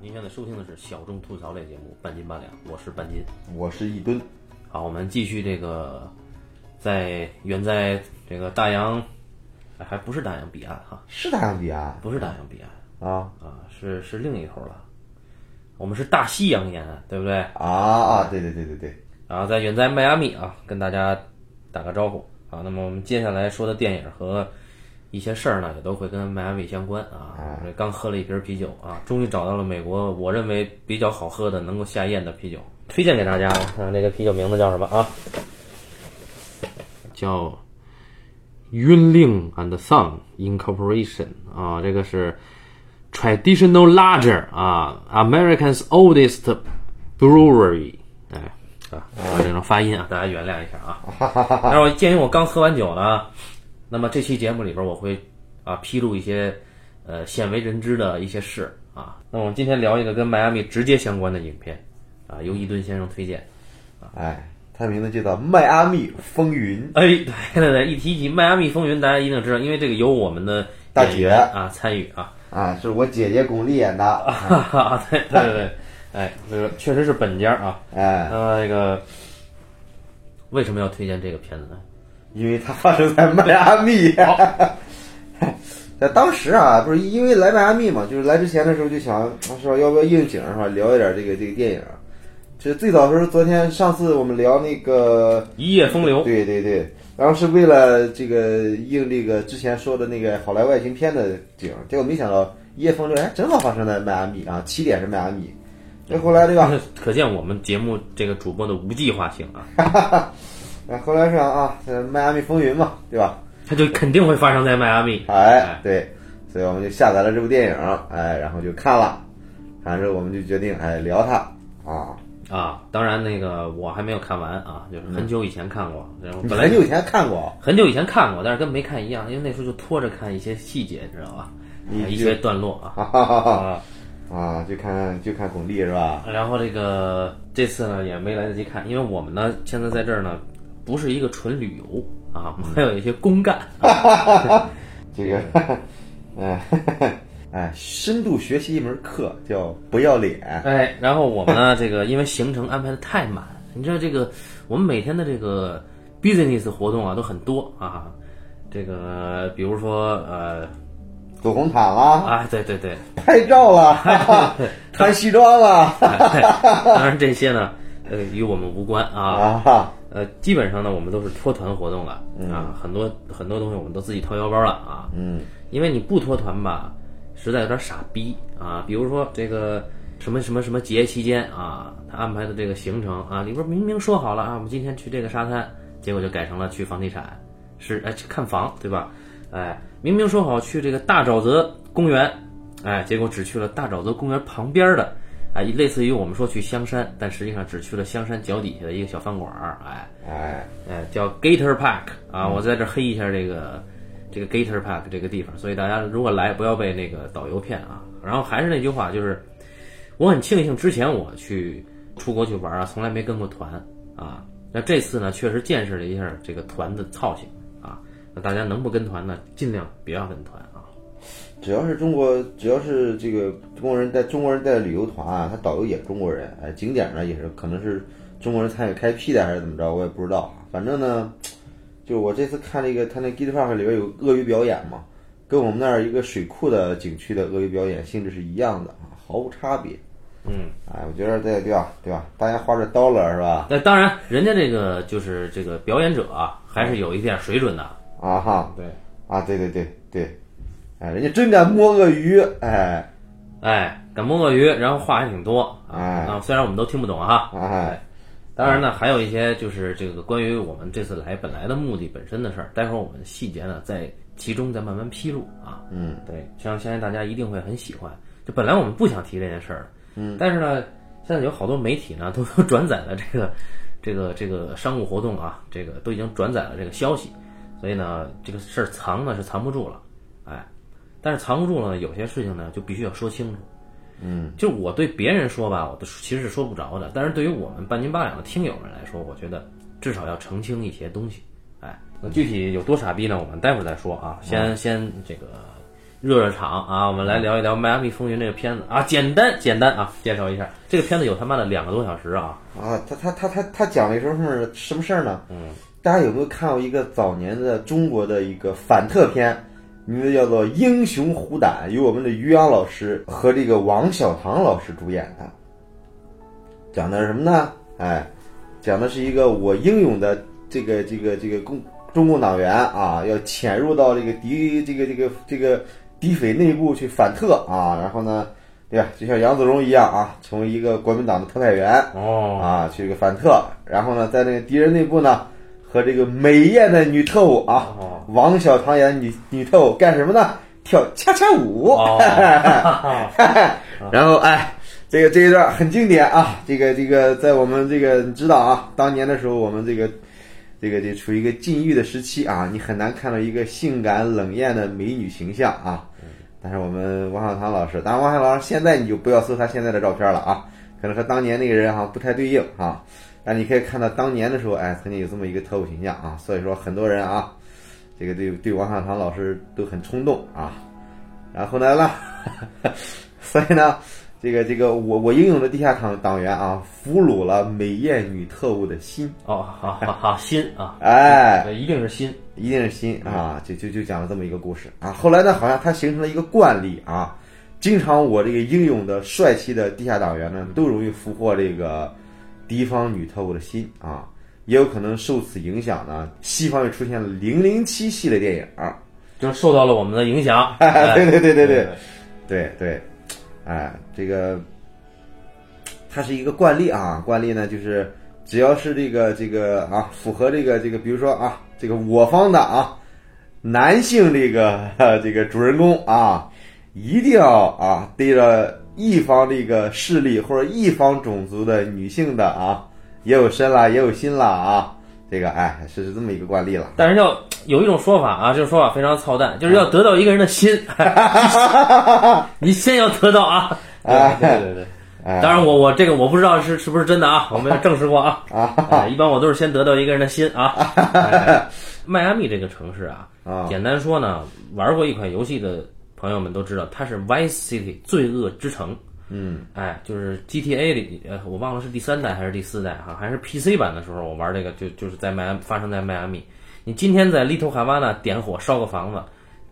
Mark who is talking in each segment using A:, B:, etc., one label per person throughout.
A: 您现在收听的是小众吐槽类节目《半斤八两》，我是半斤。
B: 我是一吨，
A: 好，我们继续这个，在远在这个大洋，哎还不是大洋彼岸哈，
B: 是大洋彼岸
A: 不是大洋彼岸
B: 啊
A: 啊，是是另一头了。我们是大西洋沿岸，对不对？
B: 啊啊！对对对对对，
A: 然后在远在迈阿密啊，跟大家打个招呼啊。那么我们接下来说的电影和一些事儿呢，也都会跟迈阿密相关啊。我这刚喝了一瓶啤酒啊，终于找到了美国我认为比较好喝的、能够下咽的啤酒，推荐给大家。我看看这个啤酒名字叫什么啊？叫云令 and Son Incorporation 啊，这个是 Traditional Lager 啊，American's oldest brewery，哎啊，我这种发音啊，大家原谅一下啊。但是我鉴于我刚喝完酒呢，那么这期节目里边我会啊披露一些呃鲜为人知的一些事啊。那我们今天聊一个跟迈阿密直接相关的影片啊，由伊顿先生推荐。
B: 哎，它的名字就叫《迈阿密风云》。
A: 哎，对对对，一提起迈阿密风云，大家一定知道，因为这个有我们的
B: 大
A: 演
B: 姐
A: 员啊参与啊，
B: 啊，是我姐姐巩俐演的。
A: 哈哈，对对对对，哎，这个确实是本家啊。
B: 哎，
A: 呃，那个为什么要推荐这个片子呢？
B: 因为它发生在迈阿密。 在当时啊，不是因为来迈阿密嘛，就是来之前的时候就想，是吧？要不要应景是吧？聊一点这个这个电影。这最早的时候，昨天上次我们聊那个，
A: 一夜风流，
B: 对对对，然后是为了这个应这个之前说的那个好莱坞爱情片的景，结果没想到《一夜风流》还哎真好发生在迈阿密啊，起点是迈阿密。这后来对吧？
A: 可见我们节目这个主播的无计划性啊，
B: 哎，后来是啊，呃迈阿密风云嘛，对吧？
A: 它就肯定会发生在迈阿密。
B: 哎，对，所以我们就下载了这部电影，哎，然后就看了，看完之后我们就决定哎聊它啊。
A: 啊，当然那个我还没有看完啊，就是很久以前看过，然后
B: 你
A: 本来
B: 很久以前看过，
A: 很久以前看过，但是跟没看一样，因为那时候就拖着看一些细节，知道吧？
B: 你
A: 啊一
B: 就
A: 些段落啊
B: 哈哈哈哈
A: 啊，
B: 啊，就看就看巩俐是吧？
A: 然后这个这次呢也没来得及看，因为我们呢现在在这儿呢不是一个纯旅游啊，
B: 嗯
A: 我们 还有一些公干。
B: 这个，哎，哎，深度学习一门课叫不要脸，
A: 哎，然后我们呢，这个因为行程安排的太满，你知道这个我们每天的这个 business 活动啊都很多啊，这个比如说呃
B: 走红毯啦，
A: 啊，对对对，
B: 拍照啦，哈哈穿西装啊啦，
A: 当然这些呢呃与我们无关啊，
B: 啊，
A: 呃基本上呢我们都是脱团活动了啊，很多很多东西我们都自己掏腰包了啊，
B: 嗯，
A: 因为你不脱团吧，实在有点傻逼啊。比如说这个什么什么什么节期间啊，他安排的这个行程啊，里边明明说好了啊，我们今天去这个沙滩，结果就改成了去房地产，是哎去看房对吧？哎，明明说好去这个大沼泽公园，哎，结果只去了大沼泽公园旁边的。哎，类似于我们说去香山，但实际上只去了香山脚底下的一个小饭馆儿，哎，
B: 哎，
A: 哎，叫 Gator Park 啊，我在这儿黑一下这个这个 Gator Park 这个地方，所以大家如果来不要被那个导游骗啊。然后还是那句话，就是我很庆幸之前我去出国去玩啊，从来没跟过团啊。那这次呢，确实见识了一下这个团的操性啊。那大家能不跟团呢，尽量不要跟团啊。
B: 只要是中国，只要是这个中国人带中国人带的旅游团啊，他导游也是中国人，哎，景点呢也是可能是中国人参与开辟的还是怎么着，我也不知道。啊反正呢，就我这次看那个他那 g i t Park 里边有鳄鱼表演嘛，跟我们那儿一个水库的景区的鳄鱼表演性质是一样的，啊，毫无差别。
A: 嗯，
B: 哎，我觉得对对吧？对吧？大家花着刀了是吧？
A: 那当然，人家这个就是这个表演者啊，还是有一点水准的。
B: 啊哈
A: 对，
B: 啊，对对对对，哎，人家真敢摸鳄鱼，哎
A: 哎，敢摸鳄鱼，然后话还挺多啊。
B: 哎
A: 啊，虽然我们都听不懂哈、
B: 哎，
A: 当然呢，还有一些就是这个关于我们这次来本来的目的本身的事儿，待会儿我们细节呢在其中再慢慢披露啊。
B: 嗯，
A: 对，相相信大家一定会很喜欢。就本来我们不想提这件事儿的，嗯，但是呢，现在有好多媒体呢都都转载了这个 这个这个商务活动啊，这个都已经转载了这个消息，所以呢，这个事儿藏呢是藏不住了，哎，但是藏不住了呢，有些事情呢就必须要说清楚。嗯就我对别人说吧，我都其实是说不着的，但是对于我们半斤八两的听友们来说，我觉得至少要澄清一些东西。哎，那具体有多傻逼呢？我们待会儿再说啊，先、先这个热热场啊，我们来聊一聊《迈阿密风云》这个片子啊，简单简单啊，介绍一下，这个片子有他妈的两个多小时啊，
B: 啊，他他他他他讲了一什么什么事儿呢？嗯，大家有没有看过一个早年的中国的一个反特片，名字叫做《英雄虎胆》，由我们的于洋老师和这个王小棠老师主演的，讲的是什么呢？哎，讲的是一个我英勇的这个这个这个共中共党员啊，要潜入到这个敌这个这个这个敌匪内部去反特啊，然后呢，对吧？就像杨子荣一样啊，成为一个国民党的特派员。
A: 哦，
B: 啊，去个反特，然后呢，在那个敌人内部呢，和这个美艳的女特务啊，
A: 哦
B: 王小棠演的女女特务干什么呢？跳恰恰舞，
A: 哦
B: 然后哎，这个这一段很经典啊，这个这个在我们这个你知道啊，当年的时候我们这个。这个这处于一个禁欲的时期啊，你很难看到一个性感冷艳的美女形象啊。但是我们王小棠老师，当然王小棠老师现在你就不要搜她现在的照片了啊，可能和当年那个人哈、不太对应啊。但你可以看到当年的时候，哎，曾经有这么一个特务形象啊，所以说很多人啊，这个对对王小棠老师都很冲动啊。然后呢啦， 所以呢，这个这个我我英勇的地下党党员啊，俘虏了美艳女特务的心，
A: 哦，好好好，心啊，
B: 哎，
A: 这一定是心，
B: 一定是心啊，就就就讲了这么一个故事啊。后来呢，好像它形成了一个惯例啊，经常我这个英勇的、帅气的地下党员呢，都容易俘获这个敌方女特务的心啊，也有可能受此影响呢，西方又出现了《零零七》系列电影啊，
A: 就受到了我们的影响。哎
B: 对对对对对
A: 对，
B: 对对，哎，这个它是一个惯例啊，惯例呢就是只要是这个这个啊符合这个这个，比如说啊这个我方的啊男性这个这个主人公啊，一定要啊逮着一方这个势力或者一方种族的女性的啊，也有身啦，也有心啦啊，这个哎是是这么一个惯例了。
A: 但是要有一种说法啊，这种说法非常操蛋，就是要得到一个人的 心，你先要得到啊。
B: 哎
A: 对对对对，
B: 哎
A: 当然我我这个我不知道是是不是真的啊，我们要证实过啊。哎一般我都是先得到一个人的心啊。哎迈阿密这个城市啊，
B: 啊
A: 简单说呢，玩过一款游戏的朋友们都知道，它是 Vice City 罪恶之城。
B: 嗯
A: 哎，就是 GTA 里，呃，我忘了是第三代还是第四代哈、还是 PC 版的时候，我玩这个就就是在迈阿发生在迈阿密。你今天在 Little Havana 点火烧个房子，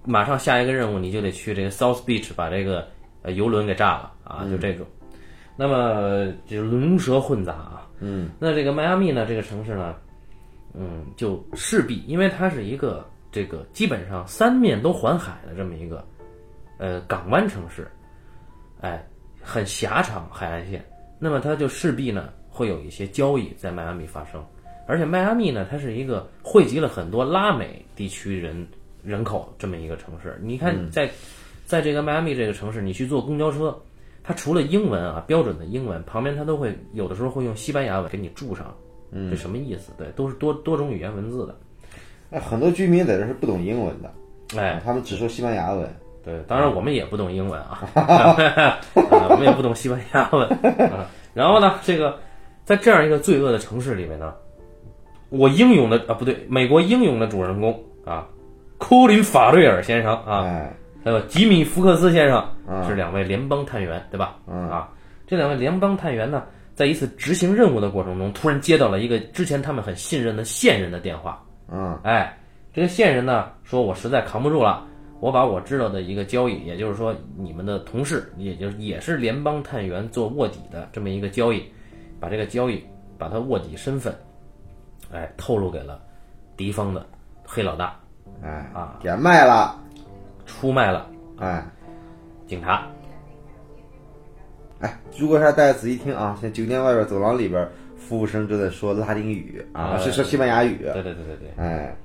A: 马上下一个任务你就得去这个 South Beach 把这个呃游轮给炸了啊，
B: 嗯
A: 就这种。那么就龙蛇混杂啊。
B: 嗯
A: 那这个迈阿密呢，这个城市呢，嗯，就势必因为它是一个这个基本上三面都环海的这么一个呃港湾城市，哎，很狭长海岸线，那么它就势必呢会有一些交易在迈阿密发生，而且迈阿密呢，它是一个汇集了很多拉美地区人人口这么一个城市。你看在，在这个迈阿密这个城市，你去坐公交车，它除了英文啊标准的英文，旁边它都会有的时候会用西班牙文给你注上，这什么意思？对，都是多多种语言文字的。
B: 那哎很多居民在这是不懂英文的，
A: 哎，
B: 他们只说西班牙文。
A: 对，当然我们也不懂英文啊，啊我们也不懂西班牙文啊。然后呢，这个在这样一个罪恶的城市里面呢，我英勇的啊不对，美国英勇的主人公啊，库林·法瑞尔先生啊，
B: 哎，
A: 还有吉米·福克斯先生
B: 嗯
A: 是两位联邦探员，对吧？
B: 嗯
A: 啊，这两位联邦探员呢，在一次执行任务的过程中，突然接到了一个之前他们很信任的线人的电话，
B: 嗯
A: 哎，这个线人呢说，我实在扛不住了，我把我知道的一个交易，也就是说你们的同事，也就是也是联邦探员做卧底的这么一个交易，把这个交易，把他卧底身份，哎，透露给了敌方的黑老大，
B: 哎
A: 啊，
B: 给卖了，
A: 出卖了
B: 哎
A: 警察。
B: 哎，如果是大家仔细听啊，现在酒店外边走廊里边，服务生正在说拉丁语啊，
A: 哎
B: 是说西班牙语
A: 对，对对对对，
B: 哎，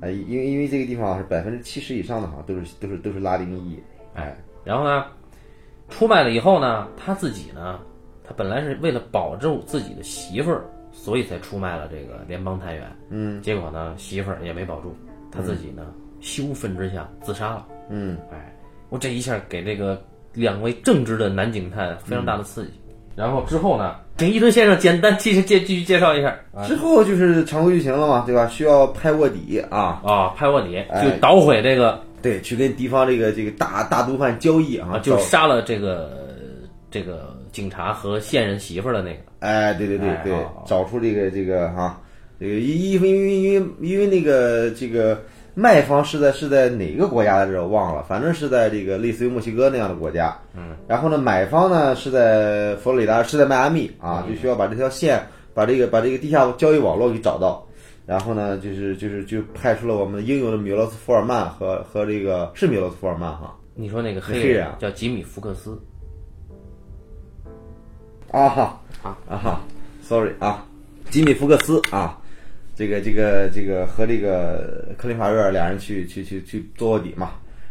B: 哎，因为因为这个地方是百分之七十以上的好像都是都是都是拉丁裔，哎，
A: 然后呢，出卖了以后呢，他自己呢，他本来是为了保住自己的媳妇儿，所以才出卖了这个联邦探员。
B: 嗯，
A: 结果呢，媳妇儿也没保住，他自己呢，羞愤之下自杀了。
B: 嗯嗯
A: 哎，我这一下给这个两位正直的男警探非常大的刺激。然后之后呢，请伊顿先生简单继续介继续介绍一下啊
B: 之后就是常规剧情了嘛，对吧？需要拍卧底啊，
A: 啊，拍卧底
B: 哎
A: 就捣毁这个
B: 对，去跟敌方这个这个大大毒贩交易啊，
A: 啊，就
B: 找
A: 杀了这个这个警察和现任媳妇儿的那个
B: 哎，对对对
A: 哎
B: 对
A: 好好，
B: 找出这个这个哈、这个因因为因为因为那个这个卖方是在是在哪个国家来着？我忘了，反正是在这个类似于墨西哥那样的国家。嗯，然后呢，买方呢是在佛罗里达，是在迈阿密啊，
A: 嗯
B: 就需要把这条线，把这个把这个地下交易网络给找到。然后呢，就是就是就派出了我们英勇的米洛斯福尔曼和和这个是米洛斯福尔曼哈
A: 你说那个黑
B: 黑
A: 人
B: 人啊
A: 叫吉米福克斯，
B: 啊哈
A: 啊
B: 啊哈，sorry 啊，吉米福克斯啊，这个这个这个和这个克林法瑞尔俩人去去去去做卧底嘛。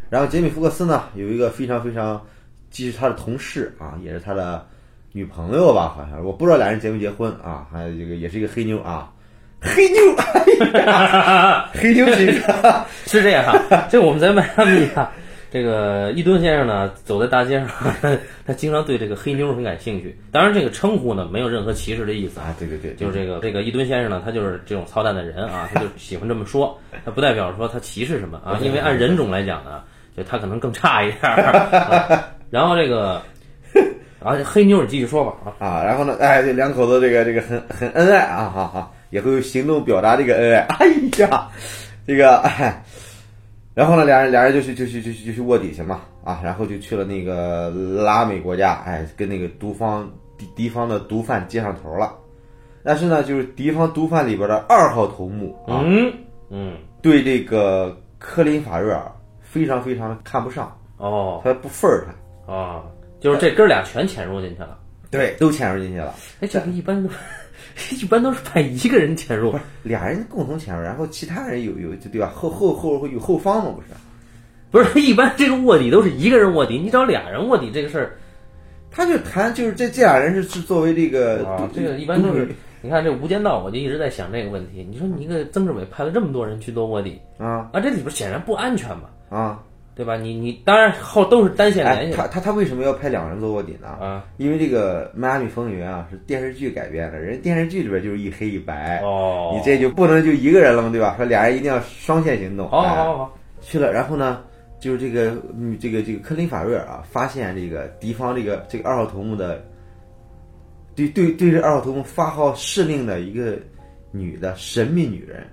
B: 然后杰米福克斯呢有一个非常非常，既是他的同事啊，也是他的女朋友吧，好像我不知道俩人结没结婚啊，还有这个也是一个黑妞啊，黑妞，哎呀黑妞形 象。
A: 是这样 哈，这我们在迈阿密啊，这个伊顿先生呢，走在大街上， 他经常对这个黑妞很感兴趣。当然，这个称呼呢，没有任何歧视的意思啊。
B: 啊，对对对，
A: 就是这个这个伊顿先生呢，他就是这种操蛋的人啊，他就喜欢这么说，他不代表说他歧视什么啊，因为按人种来讲呢，就他可能更差一点 儿、啊然后这个，啊，黑妞你继续说吧啊，
B: 啊，然后呢，哎，这两口子这个这个很很恩爱啊，哈哈，也会用行动表达这个恩爱。 哎呀，这个，哎，然后呢，俩人俩人就去就去就去就去卧底去嘛，啊，然后就去了那个拉美国家，哎，跟那个毒方敌敌方的毒贩接上头了。但是呢，就是敌方毒贩里边的二号头目啊，
A: 嗯嗯
B: 对这个科林法瑞尔非常非常的看不上，
A: 哦
B: 他不忿儿他，
A: 啊，就是这哥俩全潜入进去了。
B: 对，都潜入进去了。
A: 哎，这个一般都一般都是派一个人潜入
B: 不，是俩人共同潜入，然后其他人有有对吧？后后后后有后方嘛，不是？
A: 不是一般这个卧底都是一个人卧底，你找俩人卧底这个事儿
B: 他就谈就是这这俩人是是作为这个
A: 啊
B: 独，
A: 这个一般都是
B: 独立。
A: 你看这《无间道》，我就一直在想这个问题。你说你一个曾志伟派了这么多人去做卧底
B: 啊
A: 啊，这里边显然不安全嘛，
B: 啊！
A: 对吧？你你当然后都是单线
B: 哎
A: 联，系的
B: 他他他为什么要拍两人做卧底呢？
A: 啊。
B: 因为这个《迈阿密风云》啊是电视剧改编的，人家电视剧里边就是一黑一白，
A: 哦，
B: 哎你这就不能就一个人了嘛，对吧？说俩人一定要双线行动。
A: 哦好
B: 哎
A: 好好好，
B: 去了，然后呢，就是这个嗯这个这个科林法瑞尔啊，发现这个敌方这个这个二号头目的，对对对这二号头目发号施令的一个女的神秘女人，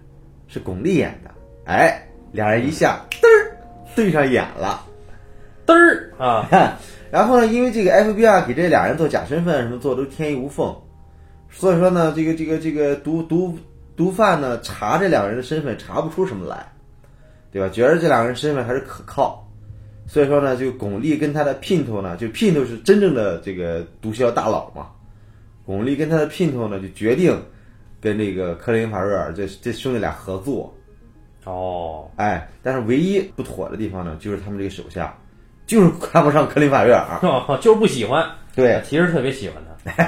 B: 是巩俐演的，哎，俩人一下嘚儿对上眼了。
A: 嘚儿啊，
B: 然后呢，因为这个 FBI 给这俩人做假身份什么做都天衣无缝，所以说呢，这个这个这个毒毒毒贩呢查这两人的身份查不出什么来，对吧？觉得这两人身份还是可靠，所以说呢，就巩俐跟他的姘头呢，就槐头是真正的这个毒枭大佬嘛，巩俐跟他的姘头呢就决定跟这个科林法瑞尔这这兄弟俩合作，
A: 哦，
B: 哎，但是唯一不妥的地方呢，就是他们这个手下就是看不上科林法瑞尔，
A: 哦就是不喜欢，
B: 对。
A: 其实特别喜欢他，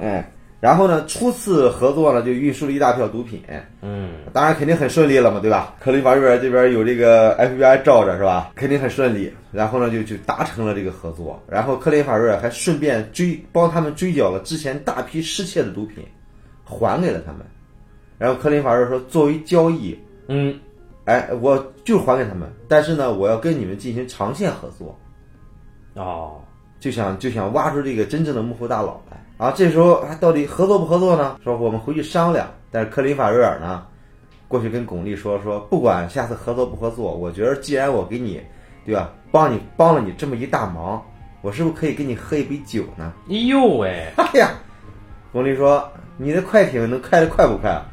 B: 哎，然后呢，初次合作呢，就运输了一大票毒品，
A: 嗯，
B: 当然肯定很顺利了嘛，对吧？克林法瑞尔这边有这个 FBI 罩着，是吧？肯定很顺利。然后呢，就就达成了这个合作。然后克林法瑞尔还顺便追帮他们追缴了之前大批失窃的毒品，还给了他们。然后克林法瑞尔说，作为交易，
A: 嗯，
B: 哎，我就还给他们，但是呢，我要跟你们进行长线合作。
A: 哦，
B: 就想就想挖出这个真正的幕后大佬来啊！这时候还到底合作不合作呢？说我们回去商量。但是克林法瑞尔呢，过去跟巩俐说说，不管下次合作不合作，我觉得既然我给你，对吧，帮你帮了你这么一大忙，我是不是可以跟你喝一杯酒呢？
A: 哎呦喂，
B: 哎呀，巩俐说你的快艇能开得快不快啊？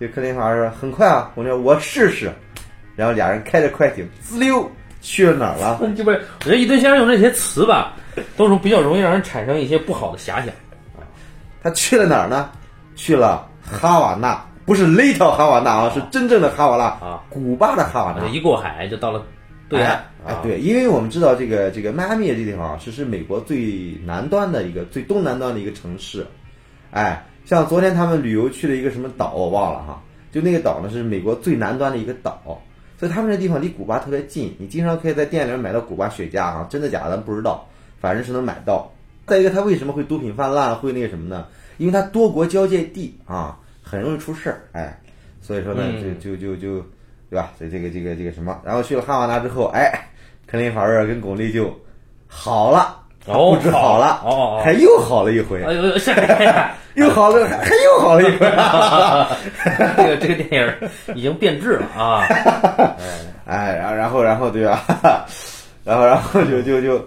B: 这克林法瑞尔说很快啊。巩俐说我试试。然后俩人开着快艇滋溜去了哪儿了？
A: 这不是，我觉得一顿先生用这些词吧，都是比较容易让人产生一些不好的遐想。
B: 他去了哪儿呢？去了哈瓦那，不是 Little 哈瓦那啊，是真正的哈瓦那
A: 啊，
B: 古巴的哈瓦
A: 这
B: 那。
A: 一过海就到了对岸
B: 哎，哎
A: 啊，，
B: 对，因为我们知道这个这个迈阿密这地方啊，是是美国最南端的一个最东南端的一个城市，哎，像昨天他们旅游去了一个什么岛，我忘了哈，就那个岛呢是美国最南端的一个岛，所以他们这地方离古巴特别近，你经常可以在店里面买到古巴雪茄啊，真的假的咱不知道，反正是能买到。再一个，它为什么会毒品泛滥，会那个什么呢？因为它多国交界地啊，很容易出事儿，哎，所以说呢，
C: 嗯
B: 就就就就，对吧？所以这个这个这个什么，然后去了哈瓦那之后，哎，克林法瑞尔跟巩俐就好了，
C: 哦
B: 不止好了，
C: 好哦哦哦
B: 还又好了一回，
C: 哎呦，下 个
B: 又好了，还还又好了一回，啊
C: 啊这个这个电影儿已经变质了啊！
B: 哎，然后然后然后对吧？ 然后然后就就就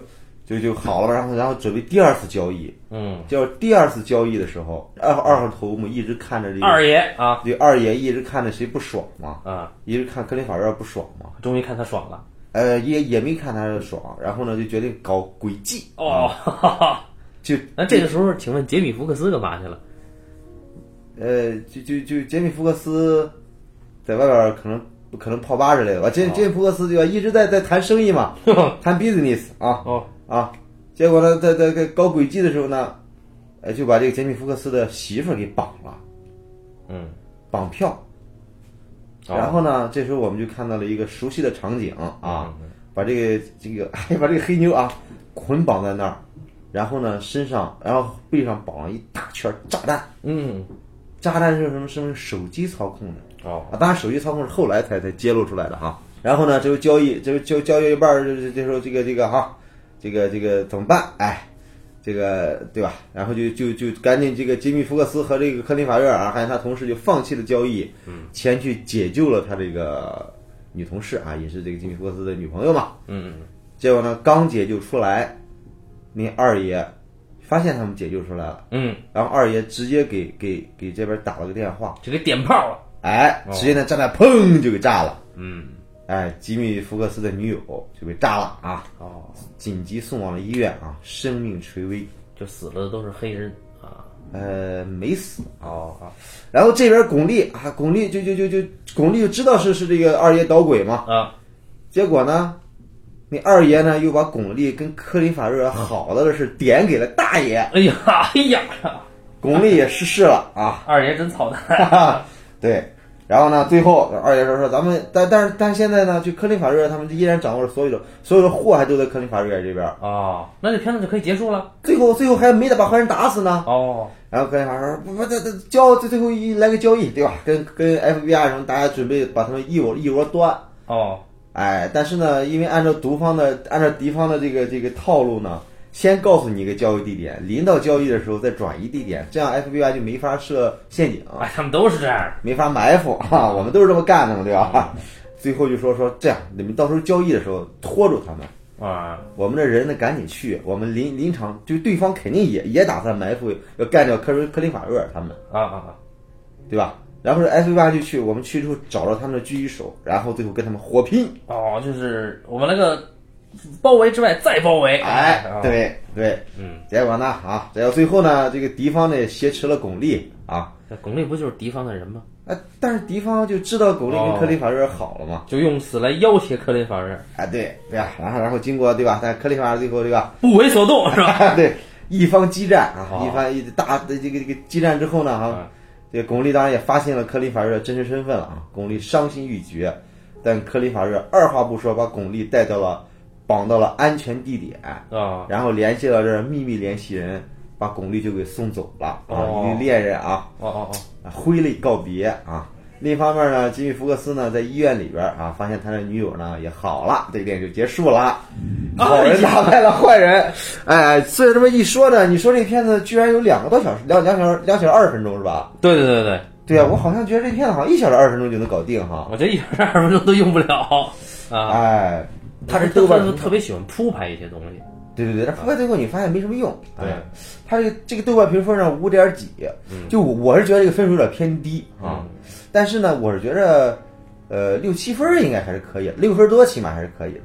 B: 就就好了，然后然后准备第二次交易，
C: 嗯，
B: 就是第二次交易的时候，二号二号头目一直看着这个
C: 二爷啊
B: 对二爷一直看着谁不爽嘛，
C: 啊，
B: 一直看格林法瑞尔不爽嘛，
C: 终于看他爽了
B: 呃，也也没看他爽，然后呢就决定搞诡计，
C: 哦。 哈哈
B: 就
C: 那这个时候，请问杰米福克斯干嘛去了？
B: 呃就就就杰米福克斯在外边可能可能泡吧之类的吧，杰杰米福克斯对吧，一直在在谈生意嘛，谈 business 啊
C: 哦，
B: 啊，结果呢在在在搞诡计的时候呢，呃就把这个杰米福克斯的媳妇儿给绑了，
C: 嗯，
B: 绑票，
C: 哦
B: 然后呢，这时候我们就看到了一个熟悉的场景啊，把这个这个 哎，把这个黑妞啊捆绑在那儿，然后呢身上，然后背上绑了一大圈炸弹，
C: 嗯，
B: 炸弹是什么？是不是手机操控的
C: 哦，
B: 啊？当然，手机操控是后来才才揭露出来的哈。然后呢，这个交易，这个交交易一半儿，这这时候这个这个哈，这个这个怎么办？哎，这个对吧？然后就就就赶紧这个吉米福克斯和这个科林法瑞尔啊还有他同事就放弃了交易，前去解救了他这个女同事啊，也是这个吉米福克斯的女朋友嘛。
C: 嗯
B: 结果呢，刚解救出来，那二爷发现他们解救出来了，
C: 嗯，
B: 然后二爷直接给给给这边打了个电话，
C: 就给点炮了。
B: 哎，
C: 哦
B: 直接那炸弹砰就给炸了。
C: 嗯，
B: 哎，吉米福克斯的女友就被炸了啊，
C: 哦，
B: 紧急送往了医院啊，生命垂危。
C: 就死了的都是黑人啊。
B: 呃，没死。
C: 哦啊
B: 然后这边巩俐啊，巩俐就就就就巩俐就知道是是这个二爷捣鬼嘛。
C: 啊，
B: 结果呢，那二爷呢又把巩俐跟科林法瑞尔好了的事点给了大爷，
C: 哎呀哎呀，
B: 巩俐也逝世了啊。
C: 二爷真操蛋。
B: 哈哈， 对，然后呢，最后二爷说说咱们，但但是但是现在呢，就科林法瑞尔他们依然掌握着所有的所有的祸，还都在科林法瑞尔这边。
C: 哦，那这片子就可以结束了。
B: 最后最后还没得把坏人打死呢。
C: 哦，
B: 然后科林法瑞尔说不不，这这交最最后一来个交易，对吧？跟跟 FBI 什么大家准备把他们一窝一窝端。
C: 哦，
B: 哎，但是呢，因为按照毒方的按照敌方的这个这个套路呢。先告诉你一个交易地点，临到交易的时候再转移地点，这样 FBI 就没法设陷阱。
C: 哎，他们都是这样的。
B: 没法埋伏啊，我们都是这么干的嘛，对吧？最后就说说这样，你们到时候交易的时候拖住他们，
C: 啊，
B: 我们这人呢赶紧去，我们临临场就对方肯定也也打算埋伏要干掉科瑞克林法瑞尔他们，
C: 啊啊啊！
B: 对吧？然后 FBI 就去，我们去之后找到他们的狙击手，然后最后跟他们火拼，
C: 哦，就是我们那个包围之外再包围。
B: 哎，
A: 哦
C: 啊，
B: 对对，
C: 嗯，
B: 结果呢啊，结果最后呢，这个敌方呢挟持了巩俐啊，
C: 那巩俐不就是敌方的人吗？
B: 啊，但是敌方就知道巩俐
C: 哦
B: 跟克林法瑞尔好了嘛，
C: 就用此来要挟克林法瑞尔，
B: 啊，对对吧？然后然后经过对吧？但克林法瑞尔最后对吧？
C: 不为所动是 吧？
B: 对，一方激战啊，
C: 哦
B: 一方一大这个这个激战之后呢，哈
C: 嗯，
B: 这个巩俐当然也发现了科林法瑞的真实身份了啊，巩俐伤心欲绝，但科林法瑞二话不说把巩俐带到了绑到了安全地点，
C: 啊，
B: 然后联系了这秘密联系人，把巩俐就给送走了啊，
C: 哦
B: 一对恋人啊，
C: 哦哦哦。
B: 挥泪告别啊。另一方面呢，吉米福克斯呢在医院里边啊，发现他的女友呢也好了，这个电影就结束了。好人打败了坏人，哎，所以这么一说呢，你说这片子居然有两个多小时，两两小时两小时二十分钟是吧？
C: 对对对对，
B: 对啊，我好像觉得这片子好像一小时二十分钟就能搞定哈。
C: 我觉得一分二十分钟都用不了啊。
B: 哎，他这
C: 特
B: 豆瓣
C: 特特别喜欢铺排一些东西。
B: 对对对，这覆盖最后你发现没什么用。
C: 对嗯
B: 哎，他这个这个豆瓣评分呢五点几，就我我是觉得这个分数有点偏低啊，但是呢，我是觉着，呃，六七分儿应该还是可以的，六分儿多起码还是可以的。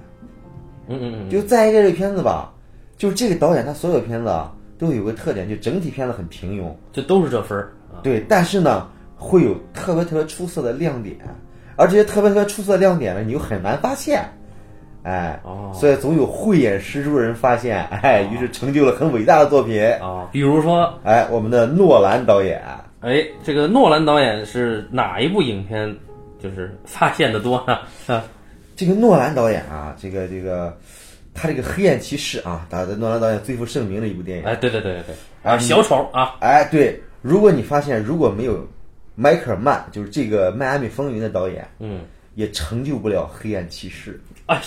C: 嗯嗯嗯，
B: 就再一个这片子吧，就是这个导演他所有片子啊都有个特点，就整体片子很平庸，
C: 就都是这分儿啊。
B: 对，但是呢会有特别特别出色的亮点，而这些特别特别出色的亮点呢，你又很难发现，哎，
C: 哦
B: 所以总有慧眼识珠人发现，哎，于是成就了很伟大的作品，
C: 啊，比如说，
B: 哎，我们的诺兰导演，啊
C: 哎，这个诺兰导演是哪一部影片 就是发现的多呢？啊
B: 这个诺兰导演啊，这个这个，他这个《黑暗骑士》啊，打的诺兰导演最负盛名的一部电影。
A: 哎，对对对对对，啊，小丑啊，
B: 哎，对，如果你发现如果没有迈克尔曼，就是这个《迈阿密风云》的导演，
A: 嗯，
B: 也成就不了《黑暗骑士
A: 哎呀，》，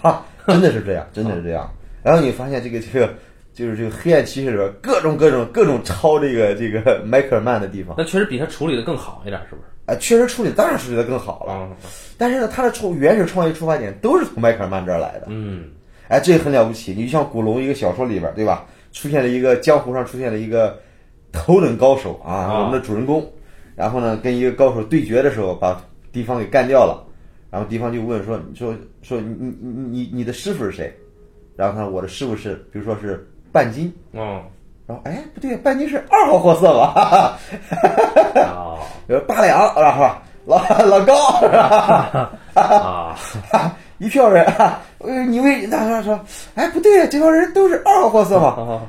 B: 哈，啊真的是这样， 真的是这样。然后你发现这个这个就是这个《黑暗骑士》里边各种各种各种抄这个这个迈克尔曼的地方，
A: 那确实比他处理的更好一点，是不是？
B: 啊，确实处理当然处理的更好了，
A: 啊，
B: 但是呢，他的创原始创意出发点都是从迈克尔曼这儿来的。
A: 嗯，
B: 哎，这很了不起。你就像古龙一个小说里边，对吧？出现了一个江湖上出现了一个头等高手啊，
A: 啊
B: 我们的主人公，然后呢跟一个高手对决的时候，把敌方给干掉了，然后敌方就问说：“你说说你你你你你的师傅是谁？”然后他说：“我的师傅是，比如说是半斤。
A: 哦，”
B: 然后哎，不对，半斤是二号货色吧？ 哈哈
A: 哦，
B: 呃，八两，然后老老高，是吧
A: 啊，
B: 哈， 一票人啊，呃，你为他说说，哎，不对，这帮人都是二号货色嘛。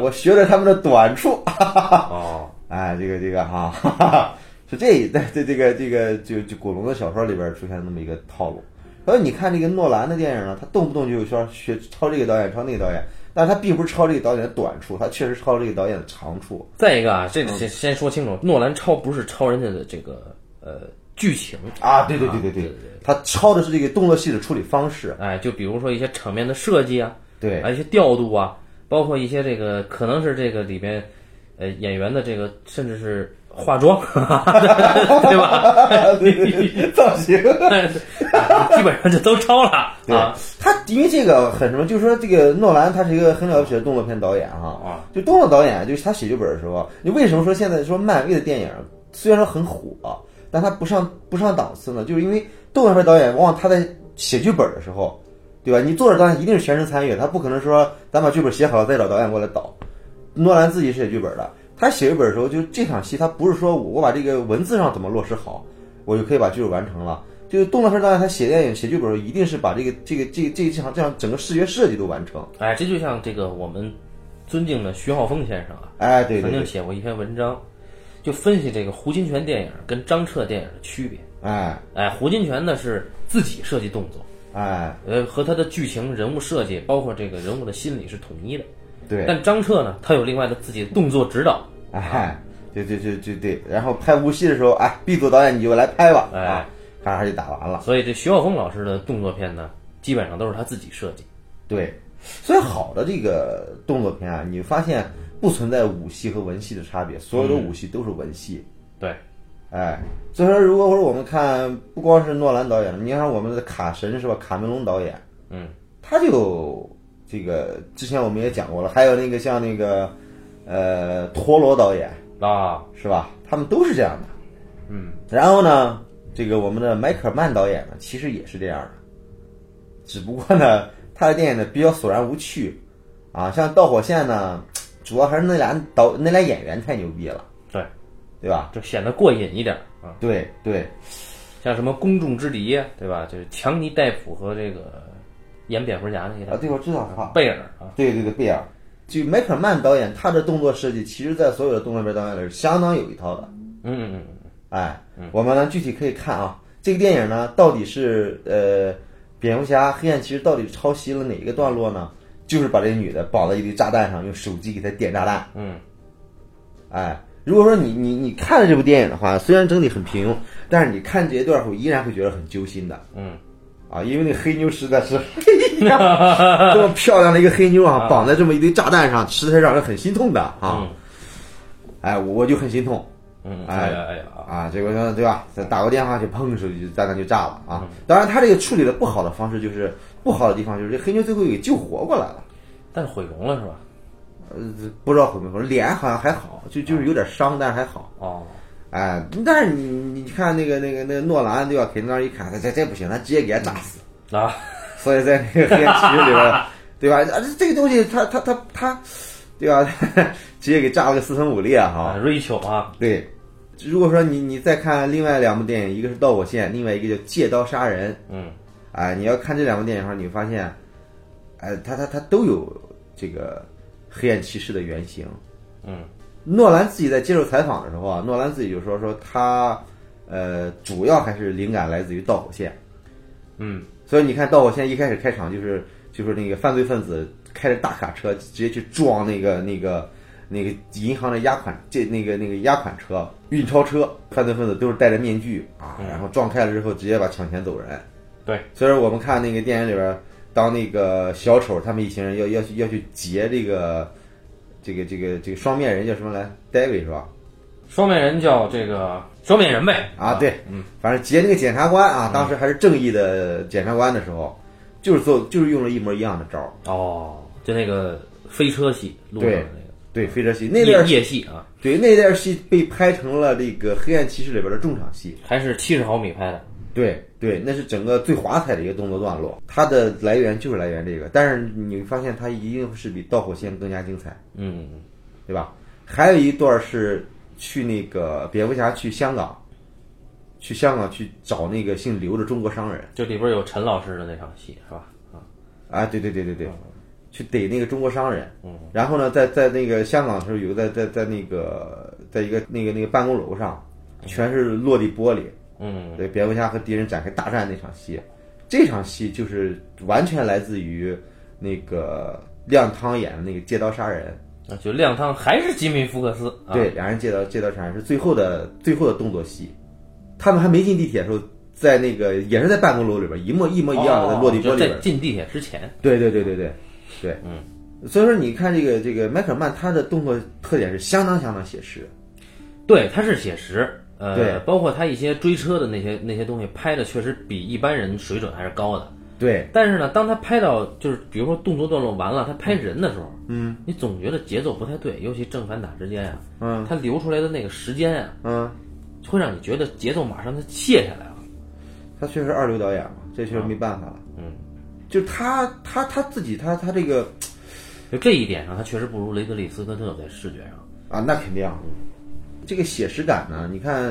B: 我学着他们的短处，
A: 哦，
B: 哎，这个这个哈、 哈哈，是这在这这个这个就就古龙的小说里边出现那么一个套路。然后你看这个诺兰的电影呢，他动不动就说学抄这个导演，抄那个导演，但是他并不是抄这个导演的短处，他确实抄这个导演的长处。
A: 再一个啊，这里先先说清楚，诺兰抄不是抄人家的这个呃剧情
B: 啊，对对对对
A: 啊
B: 对，他抄的是这个动作戏的处理方式。
A: 哎，就比如说一些场面的设计啊，
B: 对
A: 啊，一些调度啊，包括一些这个可能是这个里边，呃，演员的这个甚至是化妆， 对吧？
B: 对对对 造型。
A: 基本上就都抄了啊。
B: 他因为这个很什么，就是说这个诺兰他是一个很了不起的动作片导演哈
A: 啊，
B: 就动作导演，就是他写剧本的时候，你为什么说现在说漫威的电影虽然说很火，但他不上不上档次呢？就是因为动作片导演往往他在写剧本的时候，对吧？你作者导演一定是全程参与，他不可能说咱把剧本写好了再找导演过来导。诺兰自己是写剧本的，他写剧本的时候，就这场戏他不是说我把这个文字上怎么落实好，我就可以把剧本完成了。就是动作片导演，他写电影、写剧本的时候，一定是把这个、这个、这、这这场这样整个视觉设计都完成。
A: 哎，这就像这个我们尊敬的徐浩峰先生啊，
B: 哎，对对
A: 曾经
B: 对，
A: 写过一篇文章，就分析这个胡金铨电影跟张彻电影的区别。
B: 哎
A: 哎，胡金铨呢是自己设计动作，
B: 哎，
A: 呃，和他的剧情、人物设计，包括这个人物的心理是统一的。
B: 对，
A: 但张彻呢，他有另外的自己的动作指导。
B: 哎，对对对对对。然后拍无锡的时候，哎，B 组导演你就来拍吧，啊
A: 哎，
B: 咔咔就打完了。
A: 所以这徐浩峰老师的动作片呢，基本上都是他自己设计。
B: 对，所以好的这个动作片啊，你发现不存在武戏和文戏的差别，所有
A: 嗯
B: 的武戏都是文戏。
A: 对，
B: 哎，所以说，如果说我们看，不光是诺兰导演，你看我们的卡神是吧？卡梅隆导演，
A: 嗯，
B: 他就这个之前我们也讲过了，还有那个像那个呃陀螺导演
A: 啊，
B: 是吧？他们都是这样的。
A: 嗯，
B: 然后呢，这个我们的迈克尔曼导演呢，其实也是这样的，只不过呢，他的电影呢比较索然无趣，啊，像《导火线》呢，主要还是那俩导那俩演员太牛逼了，
A: 对，啊
B: 对吧？
A: 就显得过瘾一点啊。
B: 对对，
A: 像什么《公众之敌》呀，对吧？就是强尼戴普和这个演蝙蝠侠那
B: 啊，
A: 个
B: 对，我知道哈。
A: 贝尔啊，
B: 对对对，贝尔，就梅克尔曼导演，他的动作设计，其实在所有的动作片导演里是相当有一套的。
A: 嗯嗯嗯嗯，
B: 哎，我们呢具体可以看啊，这个电影呢到底是呃，蝙蝠侠、黑暗骑士到底抄袭了哪一个段落呢？就是把这女的绑在一堆炸弹上，用手机给她点炸弹。
A: 嗯，
B: 哎，如果说你你你看了这部电影的话，虽然整体很平庸，但是你看这一段后依然会觉得很揪心的。
A: 嗯，
B: 啊，因为那黑妞实在是， 哎 呀，这么漂亮的一个黑妞啊，绑在这么一堆炸弹上，实在让人很心痛的啊。
A: 嗯
B: 哎，我我就很心痛。
A: 嗯，
B: 哎
A: 哎呀哎呀啊，
B: 啊，结果呢，对吧？再打个电话去，砰，手机炸弹就炸了
A: 嗯
B: 啊！当然，他这个处理的不好的方式就是不好的地方，就是这黑妞最后给救活过来了，
A: 但是毁容了是吧？
B: 呃，不知道毁没毁，脸好像还好，就
A: 嗯
B: 就是有点伤，但是还好。
A: 哦，
B: 哎，但是你你看那个那个那个诺兰对吧？给那儿一砍，这这这不行，咱直接给他炸死。
A: 啊，
B: 所以在那个黑暗骑士里边，对吧？啊，这这个东西它它它它，对吧？ 直接给炸了个四分五裂哈。
A: ，Rachel 啊，
B: 对，如果说你你再看另外两部电影，一个是《导火线》，另外一个叫《借刀杀人》。
A: 嗯，
B: 哎，你要看这两部电影的话，你会发现，哎，它它它都有这个黑暗骑士的原型。
A: 嗯，
B: 诺兰自己在接受采访的时候啊，诺兰自己就说说他，呃，主要还是灵感来自于《导火线》。
A: 嗯，
B: 所以你看《导火线》一开始开场就是就是那个犯罪分子开着大卡车直接去撞那个那个那个银行的押款这那个那个押款车运钞车，犯罪分子都是戴着面具啊，然后撞开了之后直接把抢钱走人。
A: 对，
B: 所以说我们看那个电影里边儿，当那个小丑他们一行人要要去要去劫这个这个这个这个双面人叫什么来，David 是吧？
A: 双面人叫这个双面人呗
B: 啊，对，
A: 嗯，
B: 反正劫那个检察官啊，当时还是正义的检察官的时候，就是做就是用了一模一样的招儿，
A: 哦，就那个飞车戏路上的
B: 对飞车戏
A: 那
B: 那
A: 个
B: 段
A: 夜
B: 儿
A: 夜戏啊，
B: 对那段儿戏被拍成了这个《黑暗骑士》里边的重场戏，
A: 还是七十毫米拍的，
B: 对对，那是整个最华彩的一个动作段落，它的来源就是来源这个，但是你会发现它一定是比《盗火线》更加精彩，
A: 嗯，
B: 对吧？还有一段是去那个蝙蝠侠去香港，去香港去找那个姓刘的中国商人。
A: 就里边有陈老师的那场戏是吧？啊，
B: 啊，对对对对对，
A: 嗯
B: 去逮那个中国商人。嗯，然后呢，在在那个香港的时候，有在在在那个在一个那个那个办公楼上，全是落地玻璃，
A: 嗯，
B: 对蝙蝠侠和敌人展开大战那场戏，这场戏就是完全来自于那个亮汤演的那个借刀杀人。
A: 那就亮汤还是吉米·福克斯啊，
B: 对，两人借刀借刀杀人是最后的最后的动作戏。他们还没进地铁的时候，在那个也是在办公楼里边，一模一模一样的在落地玻
A: 哦
B: 璃
A: 就
B: 里边
A: 在。进地铁之前，
B: 对对对对对，对，嗯，所以说你看这个这个迈克尔曼他的动作特点是相当相当写实，
A: 对，它是写实。呃
B: 对，
A: 包括他一些追车的那些那些东西拍的，确实比一般人水准还是高的。
B: 对
A: 但是呢，当他拍到就是比如说动作段落完了，他拍人的时候，嗯，你总觉得节奏不太对，尤其正反打之间呀、
B: 嗯，
A: 他留出来的那个时间呀、
B: 嗯，
A: 会让你觉得节奏马上就卸下来了。
B: 他确实二流导演嘛，这确实没办法了，
A: 嗯，
B: 就他他他自己他他这个
A: 就这一点上，他确实不如雷德利·斯科特在视觉上。
B: 啊，那肯定，这个写实感呢，你看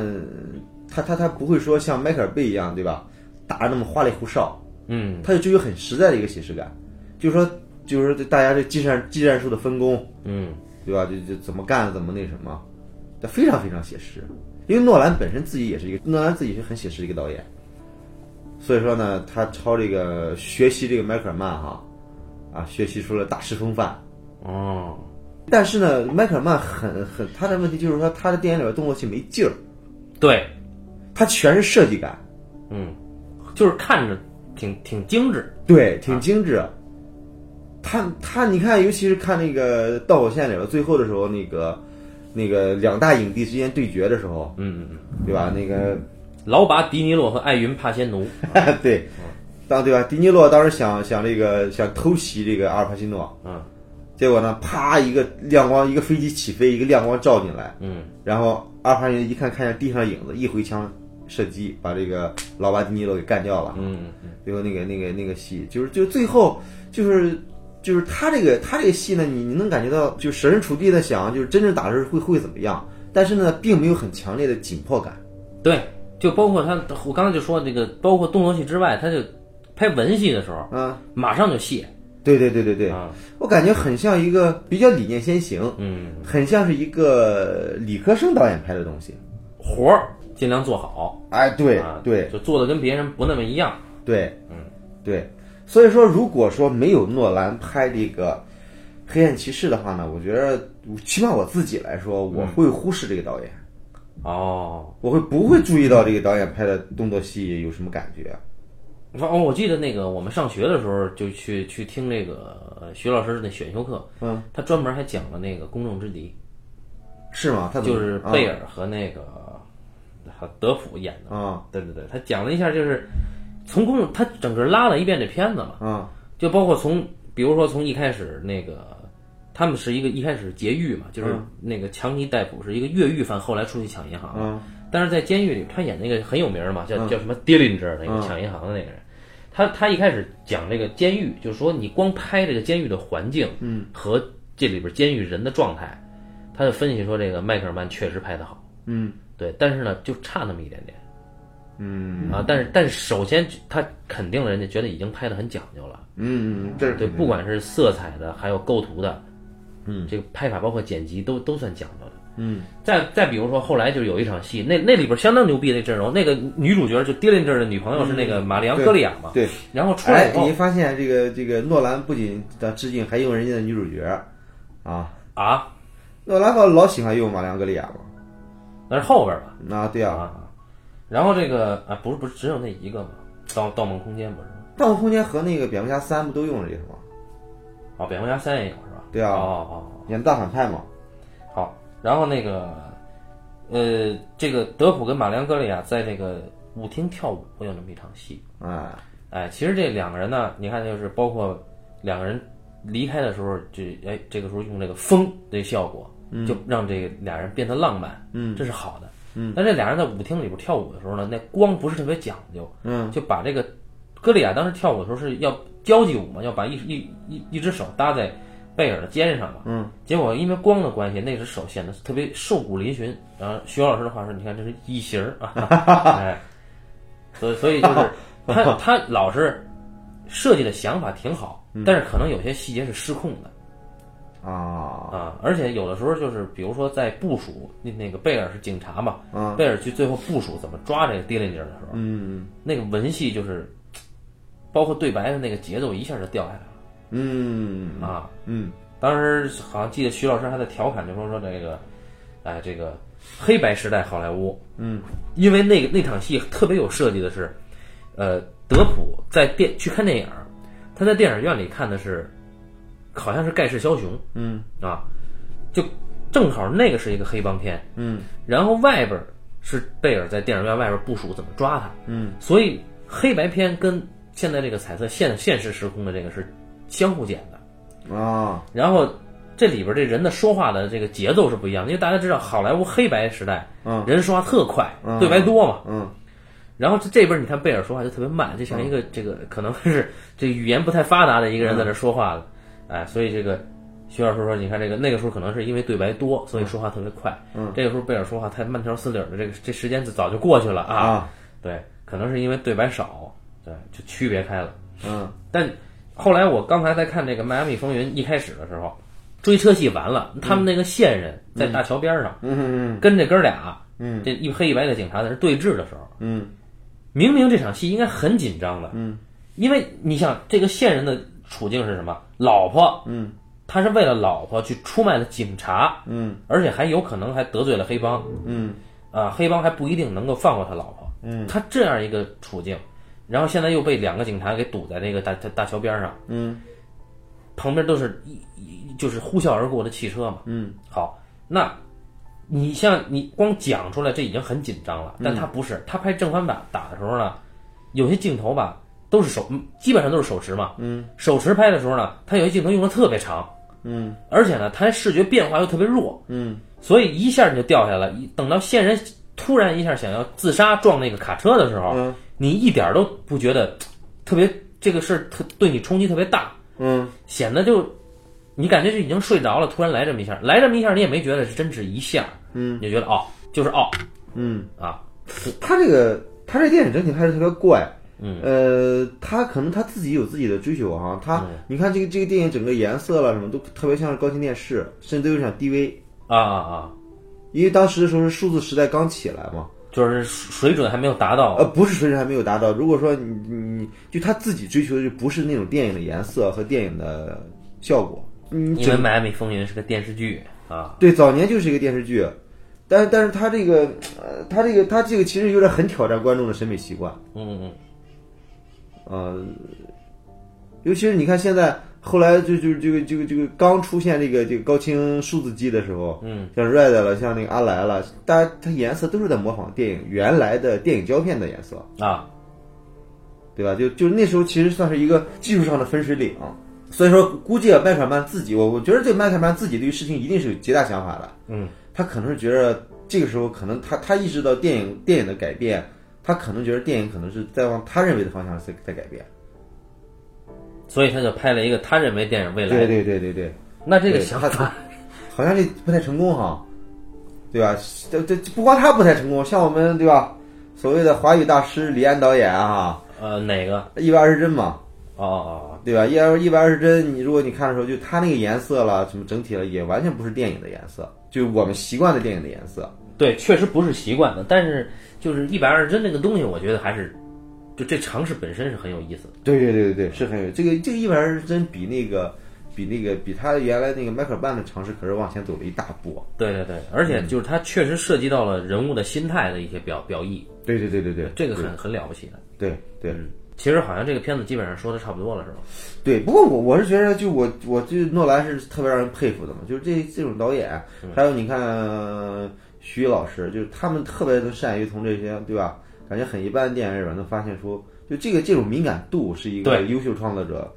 B: 他他他不会说像迈克尔贝一样对吧，打得那么花里胡哨，
A: 嗯，
B: 他就追求很实在的一个写实感，就是说就是说大家这技战技战术的分工，
A: 嗯，
B: 对吧？就就怎么干，怎么那什么，这非常非常写实。因为诺兰本身自己也是一个，诺兰自己是很写实的一个导演，所以说呢，他抄这个学习这个迈克尔曼哈，啊，学习出了大师风范。
A: 哦，
B: 但是呢，迈克尔曼很很他的问题就是说他的电影里边动作戏没劲儿，
A: 对，
B: 他全是设计感，
A: 嗯，就是看着挺挺精致。
B: 对，挺精致。他他，你看，尤其是看那个《盗火线》里边最后的时候，那个那个两大影帝之间对决的时候，
A: 嗯嗯
B: 对吧？那个
A: 嗯，劳拔·迪尼洛和艾云·帕仙奴。
B: 对，当对吧？迪尼洛当时想想这个想偷袭这个阿尔帕西诺，
A: 嗯
B: 结果呢，啪一个亮光，一个飞机起飞，一个亮光照进来，
A: 嗯，
B: 然后阿尔帕西诺一看看见地上影子，一回枪射击，把这个老巴迪尼洛给干掉了。
A: 嗯
B: 最后那个那个那个戏，就是就最后就是。就是他这个他这个戏呢，你你能感觉到，就设身处地的想，就是真正打的时候会会怎么样，但是呢，并没有很强烈的紧迫感。
A: 对，就包括他，我刚才就说这个，包括动作戏之外，他就拍文戏的时候，
B: 啊，
A: 马上就卸。
B: 对对对对对，
A: 啊，
B: 我感觉很像一个比较理念先行，
A: 嗯，
B: 很像是一个理科生导演拍的东西。
A: 活儿尽量做好。
B: 哎，对
A: 啊
B: 对
A: 就做的跟别人不那么一样。
B: 对，嗯，对。所以说，如果说没有诺兰拍这个《黑暗骑士》的话呢，我觉得起码我自己来说，我会忽视这个导演，
A: 哦，
B: 我会不会注意到这个导演拍的动作戏有什么感觉？
A: 哦，我记得那个我们上学的时候就去去听那个呃徐老师那选修课，
B: 嗯，
A: 他专门还讲了那个公众之敌，
B: 是吗？他怎么啊
A: 就是贝尔和那个和德普演的。
B: 啊
A: 对对对，他讲了一下，就是从公众他整个拉了一遍这片子嘛，
B: 啊啊
A: 就包括从比如说从一开始那个他们是一个一开始劫狱嘛，就是那个强尼戴普是一个越狱犯，后来出去抢银行，
B: 啊
A: 但是在监狱里，他演那个很有名儿嘛，叫、叫什么 Dillinger 那个抢银行的那个人，他他一开始讲这个监狱，就是说你光拍这个监狱的环境，嗯，和这里边监狱人的状态，他就分析说这个迈克尔曼确实拍得好，
B: 嗯
A: 对，但是呢就差那么一点点
B: 嗯
A: 啊，但是但是首先他肯定了人家觉得已经拍得很讲究了，
B: 嗯，嗯这是
A: 对，不管是色彩的，还有构图的，嗯，这个拍法包括剪辑都都算讲究的，
B: 嗯，
A: 再再比如说，后来就有一场戏，那那里边相当牛逼的阵容，那个女主角就迪林这儿的女朋友是那个玛丽昂·
B: 嗯对
A: 戈利亚嘛，
B: 对。
A: 然后出来
B: 哎
A: 以，后
B: 你发现这个这个诺兰不仅他致敬，还用人家的女主角啊。
A: 啊，
B: 诺兰好像老喜欢用马良格利亚嘛。
A: 那是后边吧，
B: 啊，对啊，
A: 啊，然后这个啊，不是不是只有那一个吗？盗盗梦空间不是吗？
B: 《盗梦空间》和那个《蝙蝠侠三》不都用了这个吗？
A: 啊，蝙蝠侠三也有是吧？
B: 对啊
A: 哦哦哦
B: 演大反派嘛。
A: 好，然后那个，呃，这个德普跟马良·格利亚在这个舞厅跳舞，有那么一场戏。
B: 哎，
A: 哎，其实这两个人呢，你看就是包括两个人离开的时候，这哎这个时候用这个风的效果，就让这个俩人变得浪漫，嗯，这是好的。嗯，但这俩人在舞厅里边跳舞的时候呢，那光不是特别讲究，
B: 嗯，
A: 就把这个歌利亚当时跳舞的时候是要交际舞嘛，要把一一一一只手搭在贝尔的肩上嘛。嗯，结果因为光的关系，那只手显得特别瘦骨嶙峋。然后徐啊老师的话说：“你看这是异形儿啊！”哎，所以所以就是他他老是设计的想法挺好，但是可能有些细节是失控的。
B: 啊，
A: 啊，而且有的时候就是，比如说在部署那那个贝尔是警察嘛，
B: 嗯
A: 贝尔去最后部署怎么抓这个 Dillinger 的时候，
B: 嗯
A: 那个文戏就是，包括对白的那个节奏一下就掉下来了
B: 嗯
A: 啊。
B: 嗯，
A: 当时好像记得徐老师还在调侃，就说说这个，哎，这个黑白时代好莱坞，
B: 嗯，
A: 因为那个那场戏特别有设计的是，呃，德普在电去看电影儿，他在电影院里看的是，好像是盖世枭雄，
B: 嗯
A: 啊，就正好那个是一个黑帮片，
B: 嗯
A: 然后外边儿是贝尔在电影院外边儿部署怎么抓他，
B: 嗯，
A: 所以黑白片跟现在这个彩色现现实时空的这个是相互剪的。
B: 嗯啊，
A: 然后这里边这人的说话的这个节奏是不一样的，因为大家知道好莱坞黑白时代，
B: 嗯
A: 人说话特快，
B: 嗯
A: 对白多嘛。
B: 嗯
A: 然后这这边你看贝尔说话就特别慢，就像一个、这个可能是这语言不太发达的一个人在这说
B: 嗯
A: 话的，哎，所以这个徐老师说，你看这个那个时候可能是因为对白多，所以说话特别快，
B: 嗯
A: 这个时候贝尔说话太慢条斯理的，这个这时间早就过去了啊，
B: 啊，
A: 对，可能是因为对白少，对，就区别开了。
B: 嗯
A: 但后来我刚才在看这个《迈阿密风云》一开始的时候，追车戏完了，他们那个线人在大桥边上、
B: 嗯
A: 跟这哥俩，
B: 嗯
A: 这一黑一白的警察在这对峙的时候，
B: 嗯
A: 明明这场戏应该很紧张的，
B: 嗯，
A: 因为你想这个线人的处境是什么？老婆，
B: 嗯，
A: 他是为了老婆去出卖了警察，
B: 嗯
A: 而且还有可能还得罪了黑帮，
B: 嗯
A: 啊，黑帮还不一定能够放过他老婆。
B: 嗯，
A: 他这样一个处境，然后现在又被两个警察给堵在那个大大大桥边上，
B: 嗯
A: 旁边都是一一就是呼啸而过的汽车嘛。
B: 嗯，
A: 好，那你像你光讲出来这已经很紧张了，
B: 嗯
A: 但他不是，他拍正反打打的时候呢，有些镜头吧都是手，嗯基本上都是手持嘛。嗯，手持拍的时候呢，他有些镜头用的特别长，
B: 嗯
A: 而且呢，他视觉变化又特别弱。
B: 嗯
A: 所以一下你就掉下来了。一等到线人突然一下想要自杀撞那个卡车的时候，
B: 嗯
A: 你一点都不觉得特别这个事儿特对你冲击特别大，
B: 嗯
A: 显得就你感觉就已经睡着了，突然来这么一下，来这么一下你也没觉得是真是一下，
B: 嗯，
A: 你就觉得哦，就是哦
B: 嗯，
A: 啊，
B: 他这个他这电影整体拍的特别怪。
A: 嗯
B: 呃，他可能他自己有自己的追求哈、他、你看这个这个电影整个颜色了什么都特别像是高清电视，甚至都有点 DV，
A: 啊啊啊，
B: 因为当时的时候是数字时代刚起来嘛。
A: 就是水准还没有达到，
B: 呃，不是水准还没有达到。如果说你你就他自己追求的就不是那种电影的颜色和电影的效果，嗯，
A: 因为《迈阿密风云》是个电视剧啊，
B: 对，早年就是一个电视剧，但是但是他这个呃，他这个他这个其实有点很挑战观众的审美习惯，
A: 嗯嗯
B: 呃，尤其是你看现在后来就就这个这个这个刚出现这个这个高清数字机的时候，
A: 嗯，
B: 像 Red 了，像那个阿莱了，大家它颜色都是在模仿电影原来的电影胶片的颜色，
A: 嗯啊，
B: 对吧？就就那时候其实算是一个技术上的分水岭，所以说估计啊，麦凯曼自己，我我觉得这麦凯曼自己对于事情一定是有极大想法的，
A: 嗯，
B: 他可能是觉得这个时候可能他他意识到电影电影的改变，他可能觉得电影可能是在往他认为的方向在在改变，
A: 所以他就拍了一个他认为电影未来，
B: 对对对对对，
A: 那这个
B: 对
A: 想
B: 他
A: 法，
B: 好像这不太成功哈，对吧？这这不光他不太成功，像我们对吧？所谓的华语大师李安导演啊，
A: 呃，哪个？
B: 一百二十帧嘛，
A: 哦哦
B: 对吧？一百一百二十帧，你如果你看的时候，就它那个颜色了，什么整体了，也完全不是电影的颜色。
A: 哦，
B: 就我们习惯的电影的颜色。
A: 对，确实不是习惯的，但是就是一百二十帧这个东西，我觉得还是就这尝试本身是很有意思的。
B: 对对对对对，是很有这个这个一百二十帧比那个比那个比他原来那个迈克尔曼的尝试可是往前走了一大步。
A: 对对对，而
B: 嗯
A: 且就是它确实涉及到了人物的心态的一些表表意，
B: 对对对对对，
A: 这个很很了不起的。
B: 对对
A: 嗯，其实好像这个片子基本上说的差不多了，是吧？
B: 对。不过我我是觉得，就我我对诺兰是特别让人佩服的嘛，就是这这种导演，
A: 嗯
B: 还有你看、呃徐老师，就是他们特别能善于从这些对吧，感觉很一般的电影里边能发现出，就这个这种敏感度是一个
A: 对
B: 优秀创作者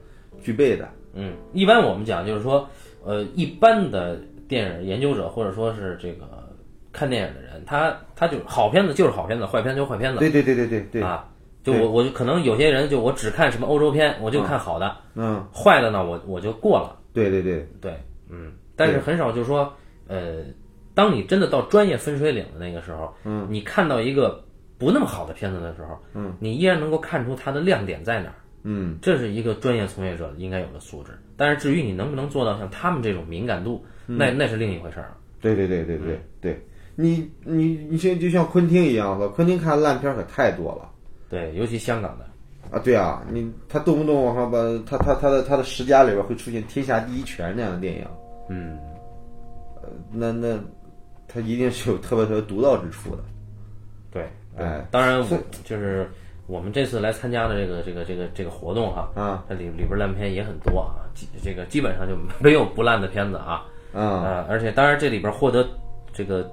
B: 具备的。
A: 嗯，一般我们讲就是说，呃，一般的电影研究者或者说是这个看电影的人，他他就是好片子就是好片子，坏片就是坏片子。
B: 对对对对对对，
A: 啊，就
B: 对
A: 我我就可能有些人就我只看什么欧洲片，我就看好的，
B: 嗯，
A: 坏的呢我我就过了。
B: 对对对
A: 对，嗯，但是很少就是说，呃，当你真的到专业分水岭的那个时候，嗯，你看到一个不那么好的片子的时候，嗯，你依然能够看出它的亮点在哪儿，
B: 嗯，
A: 这是一个专业从业者应该有的素质。但是至于你能不能做到像他们这种敏感度，那那是另一回事儿了。
B: 对对对对对
A: 嗯
B: 对，你你你现在就像昆汀一样，我操，昆汀看烂片儿可太多了。
A: 对，尤其香港的，
B: 啊，对啊，你他动不动往上把他他他的他的十佳里边会出现天下第一拳那样的电影，
A: 嗯，
B: 呃，那那他一定是有特别特别独到之处的。
A: 对，
B: 哎，
A: 当然
B: 所
A: 我就是我们这次来参加的这个这个这个这个活动哈，
B: 啊
A: 它里里边烂片也很多啊，基这个基本上就没有不烂的片子啊，
B: 啊，
A: 啊，而且当然这里边获得这个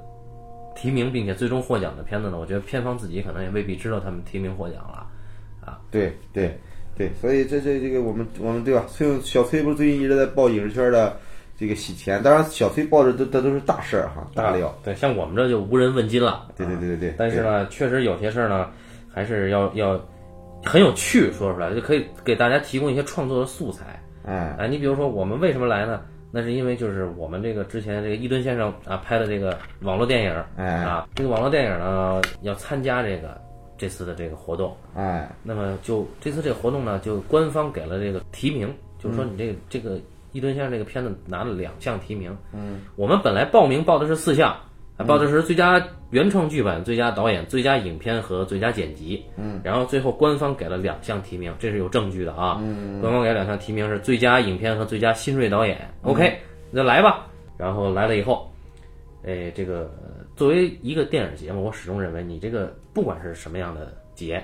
A: 提名并且最终获奖的片子呢，我觉得片方自己可能也未必知道他们提名获奖了。
B: 对对对，所以这这这个我们我们对吧？崔永小崔不是最近一直在报影视圈的这个洗钱，当然小崔报的都这都是大事儿哈，大料。
A: 啊对，像我们这就无人问津了。
B: 对对对对对，
A: 但是呢，确实有些事儿呢，还是要要很有趣，说出来就可以给大家提供一些创作的素材。
B: 对，哎，
A: 啊，你比如说我们为什么来呢？那是因为就是我们这个之前这个伊顿先生啊拍的这个网络电影儿
B: 哎
A: 啊，这个网络电影呢要参加这个这次的这个活动，
B: 哎，
A: 那么就这次这个活动呢，就官方给了这个提名，就是说你这个、这个伊顿先生这个片子拿了两项提名，嗯，我们本来报名报的是四项。啊报的是最佳原创剧本、最佳导演、最佳影片和最佳剪辑。嗯，然后最后官方给了两项提名，这是有证据的啊。嗯，官方给了两项提名是最佳影片和最佳新锐导演。OK，那来吧。然后来了以后，哎，这个呃作为一个电影节目，我始终认为你这个不管是什么样的节，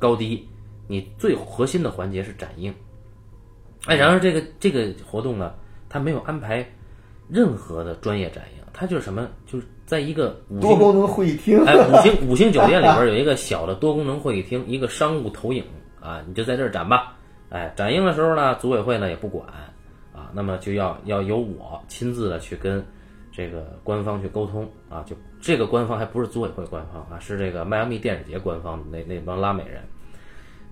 A: 高低，你最核心的环节是展映。哎，然而这个这个活动呢，它没有安排任何的专业展映，它就是什么，就是在一个五
B: 多
A: 星
B: 功能会议厅，
A: 哎五星五星酒店里边有一个小的多功能会议厅，一个商务投影啊，你就在这儿展吧。哎，展映的时候呢，组委会呢也不管啊，那么就要要由我亲自的去跟这个官方去沟通啊，就这个官方还不是组委会官方啊，是这个迈阿密电影节官方的那那帮拉美人。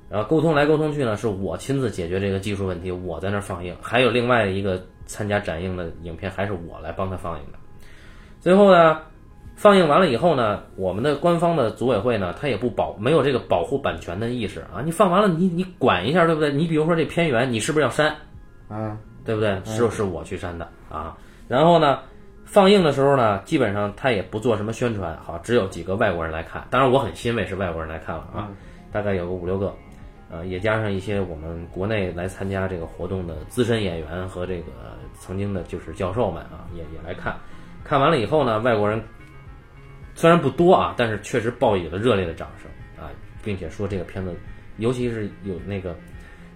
A: 然后沟通来沟通去呢，是我亲自解决这个技术问题，我在那儿放映，还有另外一个参加展映的影片还是我来帮他放映的。最后呢，放映完了以后呢，我们的官方的组委会呢，他也不保没有这个保护版权的意识啊，你放完了你你管一下对不对？你比如说这片源，你是不是要删？
B: 啊，
A: 对不对？是是我去删的啊。然后呢，放映的时候呢，基本上他也不做什么宣传，好，只有几个外国人来看。当然，我很欣慰是外国人来看了啊，大概有个五六个，呃，也加上一些我们国内来参加这个活动的资深演员和这个曾经的就是教授们啊，也也来看。看完了以后呢，外国人虽然不多啊，但是确实报以了热烈的掌声啊，并且说这个片子，尤其是有那个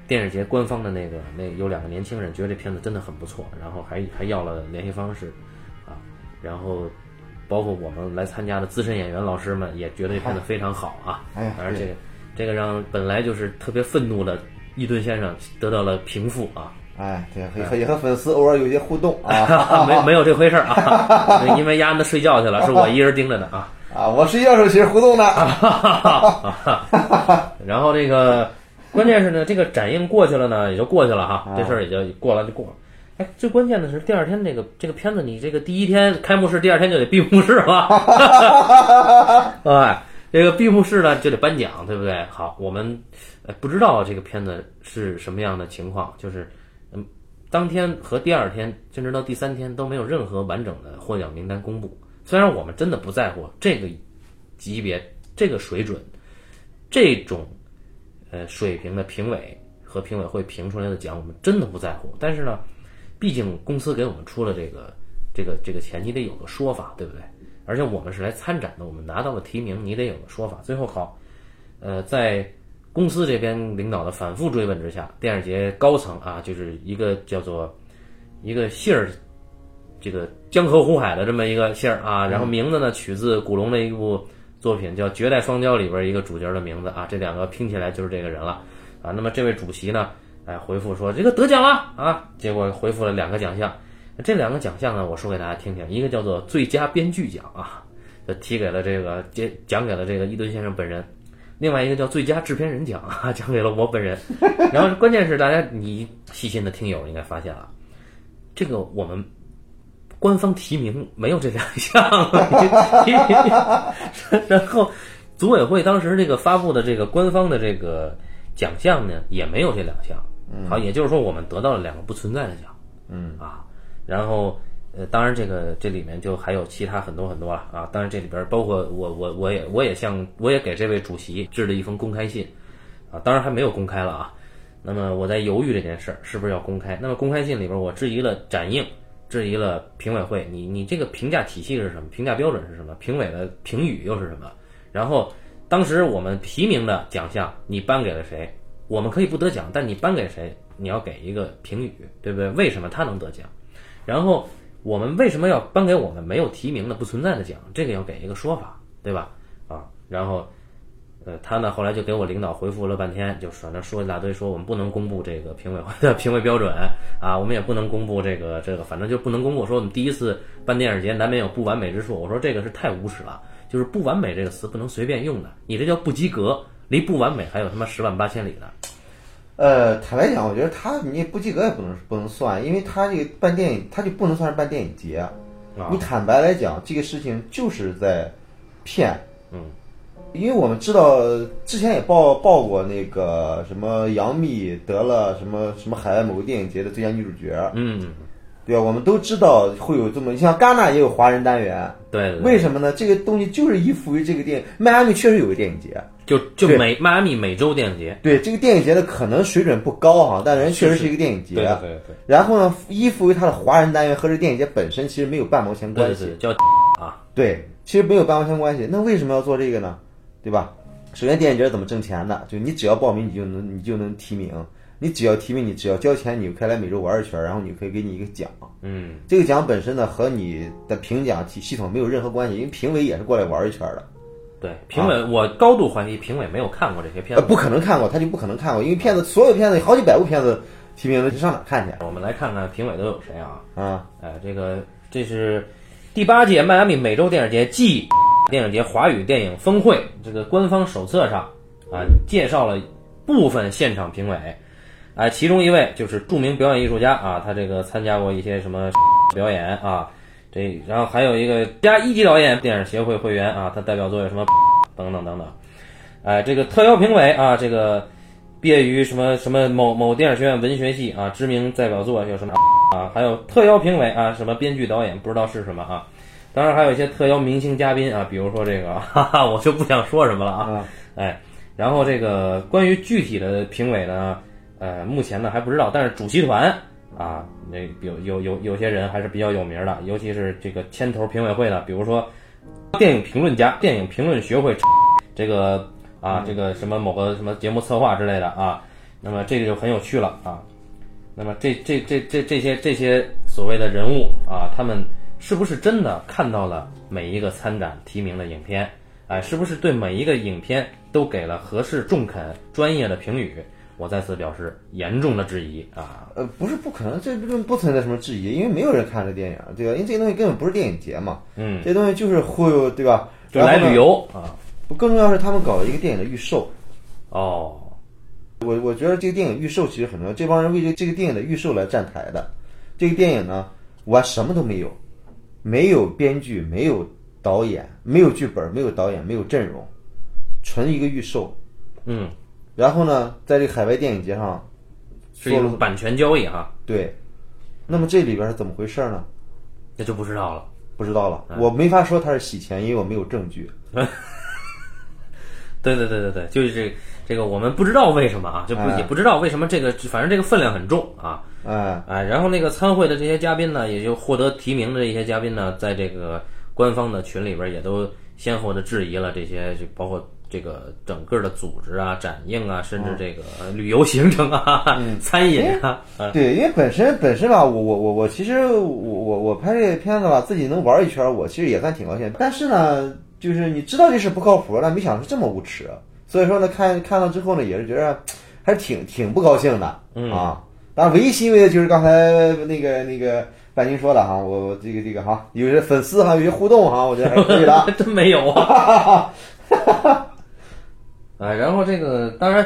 A: 电视节官方的那个那有两个年轻人觉得这片子真的很不错，然后还还要了联系方式，啊，然后包括我们来参加的资深演员老师们也觉得这片子非常好啊，
B: 哎呀
A: 而这个这个让本来就是特别愤怒的伊顿先生得到了平复啊，
B: 哎，对，和也和粉丝偶尔有一些互动 啊
A: 没没有这回事儿啊，因为丫的睡觉去了，是我一人盯着的啊。
B: 啊，我睡觉的时候其实互动的，
A: 然后这个关键是呢，这个展映过去了呢，也就过去了哈，这事儿也就过了就过了。哎，最关键的是第二天这个这个片子，你这个第一天开幕式，第二天就得闭幕式了。哎，这个闭幕式呢就得颁奖，对不对？好，我们呃不知道这个片子是什么样的情况，就是嗯，当天和第二天，甚至到第三天都没有任何完整的获奖名单公布。虽然我们真的不在乎这个级别、这个水准、这种呃水平的评委和评委会评出来的奖，我们真的不在乎。但是呢，毕竟公司给我们出了这个这个这个钱，你得有个说法，对不对？而且我们是来参展的，我们拿到了提名，你得有个说法。最后好，呃，在公司这边领导的反复追问之下，电影节高层啊，就是一个叫做一个姓儿，这个江河湖海的这么一个姓儿啊，然后名字呢取自古龙的一部作品叫《绝代双骄》里边一个主角的名字啊，这两个拼起来就是这个人了啊。那么这位主席呢，哎，回复说这个得奖了啊，结果回复了两个奖项。这两个奖项呢，我说给大家听听，一个叫做最佳编剧奖啊，这提给了这个奖奖给了这个伊顿先生本人，另外一个叫最佳制片人奖啊， 奖给了我本人。然后关键是大家你细心的听友应该发现了，这个我们官方提名没有这两项，然后组委会当时这个发布的这个官方的这个奖项呢也没有这两项，好，也就是说我们得到了两个不存在的奖，嗯啊。然后，呃，当然这个这里面就还有其他很多很多了啊。当然这里边包括我我我也我也向我也给这位主席致了一封公开信，啊，当然还没有公开了啊。那么我在犹豫这件事儿是不是要公开。那么公开信里边我质疑了展映，质疑了评委会，你你这个评价体系是什么？评价标准是什么？评委的评语又是什么？然后当时我们提名的奖项你颁给了谁？我们可以不得奖，但你颁给谁，你要给一个评语，对不对？为什么他能得奖？然后我们为什么要颁给我们没有提名的不存在的奖？这个要给一个说法，对吧？啊，然后，呃，他呢后来就给我领导回复了半天，就反正说一大堆，说我们不能公布这个评委会的 评委标准啊，我们也不能公布这个这个，反正就不能公布。说我们第一次办电影节难免有不完美之处，我说这个是太无耻了，就是不完美这个词不能随便用的，你这叫不及格，离不完美还有他妈十万八千里呢。
B: 呃，坦白讲，我觉得他你不及格也不能不能算，因为他这个办电影，他就不能算是办电影节。
A: 啊
B: 你坦白来讲，这个事情就是在骗。
A: 嗯，
B: 因为我们知道之前也报报过那个什么杨幂得了什么什么海外某个电影节的最佳女主角，
A: 嗯，
B: 对吧？我们都知道会有这么，你像戛纳也有华人单元，
A: 对对对，
B: 为什么呢？这个东西就是依附于这个电影，迈阿密确实有个电影节。
A: 就就
B: 对
A: 美迈阿密美洲电影节，
B: 对这个电影节的可能水准不高哈，但人确实是一个电影节。
A: 对对对对
B: 然后呢，依附于它的华人单元和这电影节本身其实没有半毛钱
A: 对
B: 关
A: 对
B: 系。
A: 对，叫啊。
B: 对其实没有半毛钱关系。那为什么要做这个呢？对吧？首先，电影节是怎么挣钱的？就你只要报名，你就能你就能提名，你只要提名，你只要交钱，你就可以来每周玩一圈，然后你可以给你一个奖。
A: 嗯，
B: 这个奖本身呢和你的评奖体系统没有任何关系，因为评委也是过来玩一圈的。
A: 对，评委、我高度怀疑评委没有看过这些片
B: 呃，
A: 子。
B: 不可能看过，他就不可能看过，因为片子所有片子好几百部片子提名了，你上哪看去
A: 我们来看看评委都有谁啊？
B: 啊？
A: 哎，这个这是第八届迈阿密美洲电影节暨电影节华语电影峰会这个官方手册上啊，介绍了部分现场评委，哎，其中一位就是著名表演艺术家啊，他这个参加过一些什么 表演啊，这然后还有一个加一级导演电影协会会员啊，他代表作有什么 等等等等，哎，这个特邀评委啊，这个。毕业于什么什么某某电影学院文学系啊，知名代表作有什么 啊，还有特邀评委啊，什么编剧、导演，不知道是什么啊。当然还有一些特邀明星嘉宾啊，比如说这个，哈哈，我就不想说什么了啊。
B: 啊
A: 哎，然后这个关于具体的评委呢，呃，目前呢还不知道，但是主席团啊，那有有有有些人还是比较有名的，尤其是这个牵头评委会的，比如说电影评论家、电影评论学会这个啊，这个什么某个什么节目策划之类的啊，那么这个就很有趣了啊。那么这这这这这些这些所谓的人物啊，他们是不是真的看到了每一个参展提名的影片？哎，是不是对每一个影片都给了合适、中肯、专业的评语？我再次表示严重的质疑啊！
B: 呃，不是不可能，这不不存在什么质疑，因为没有人看这电影，对吧？因为这个东西根本不是电影节嘛，
A: 嗯，
B: 这东西就是忽悠，对吧？
A: 就来旅
B: 游。
A: 游啊！
B: 不，更重要是他们搞了一个电影的预售，
A: 哦，
B: 我我觉得这个电影预售其实很重要，这帮人为这这个电影的预售来站台的。这个电影呢，我什么都没有，没有编剧，没有导演，没有剧本，没有导演，没有阵容，纯一个预售。
A: 嗯，
B: 然后呢，在这个海外电影节上，
A: 是一种版权交易哈、
B: 对，那么这里边是怎么回事呢？
A: 那就不知道了。
B: 不知道了，
A: 嗯
B: 我没法说他是洗钱，因为我没有证据。
A: 对对对对对，就是这这个我们不知道为什么啊，就不、
B: 哎
A: 也不知道为什么这个，反正这个分量很重啊。
B: 哎，
A: 哎，然后那个参会的这些嘉宾呢，也就获得提名的这些嘉宾呢，在这个官方的群里边也都先后的质疑了这些，就包括这个整个的组织啊、展映啊，甚至这个呃旅游行程啊、 餐饮啊，啊
B: 对，因为本身本身吧，我我我我其实我我我拍这个片子吧，自己能玩一圈，我其实也算挺高兴。但是呢，就是你知道这事不靠谱，但没想到是这么无耻。啊所以说呢，看看到之后呢，也是觉得还是挺挺不高兴的、
A: 嗯
B: 啊。当然，唯一欣慰的就是刚才那个那个半斤说的哈，我我这个这个哈，有些粉丝哈，有些互动哈，我觉得还可以的。
A: 真没有啊。 哎，然后这个当然，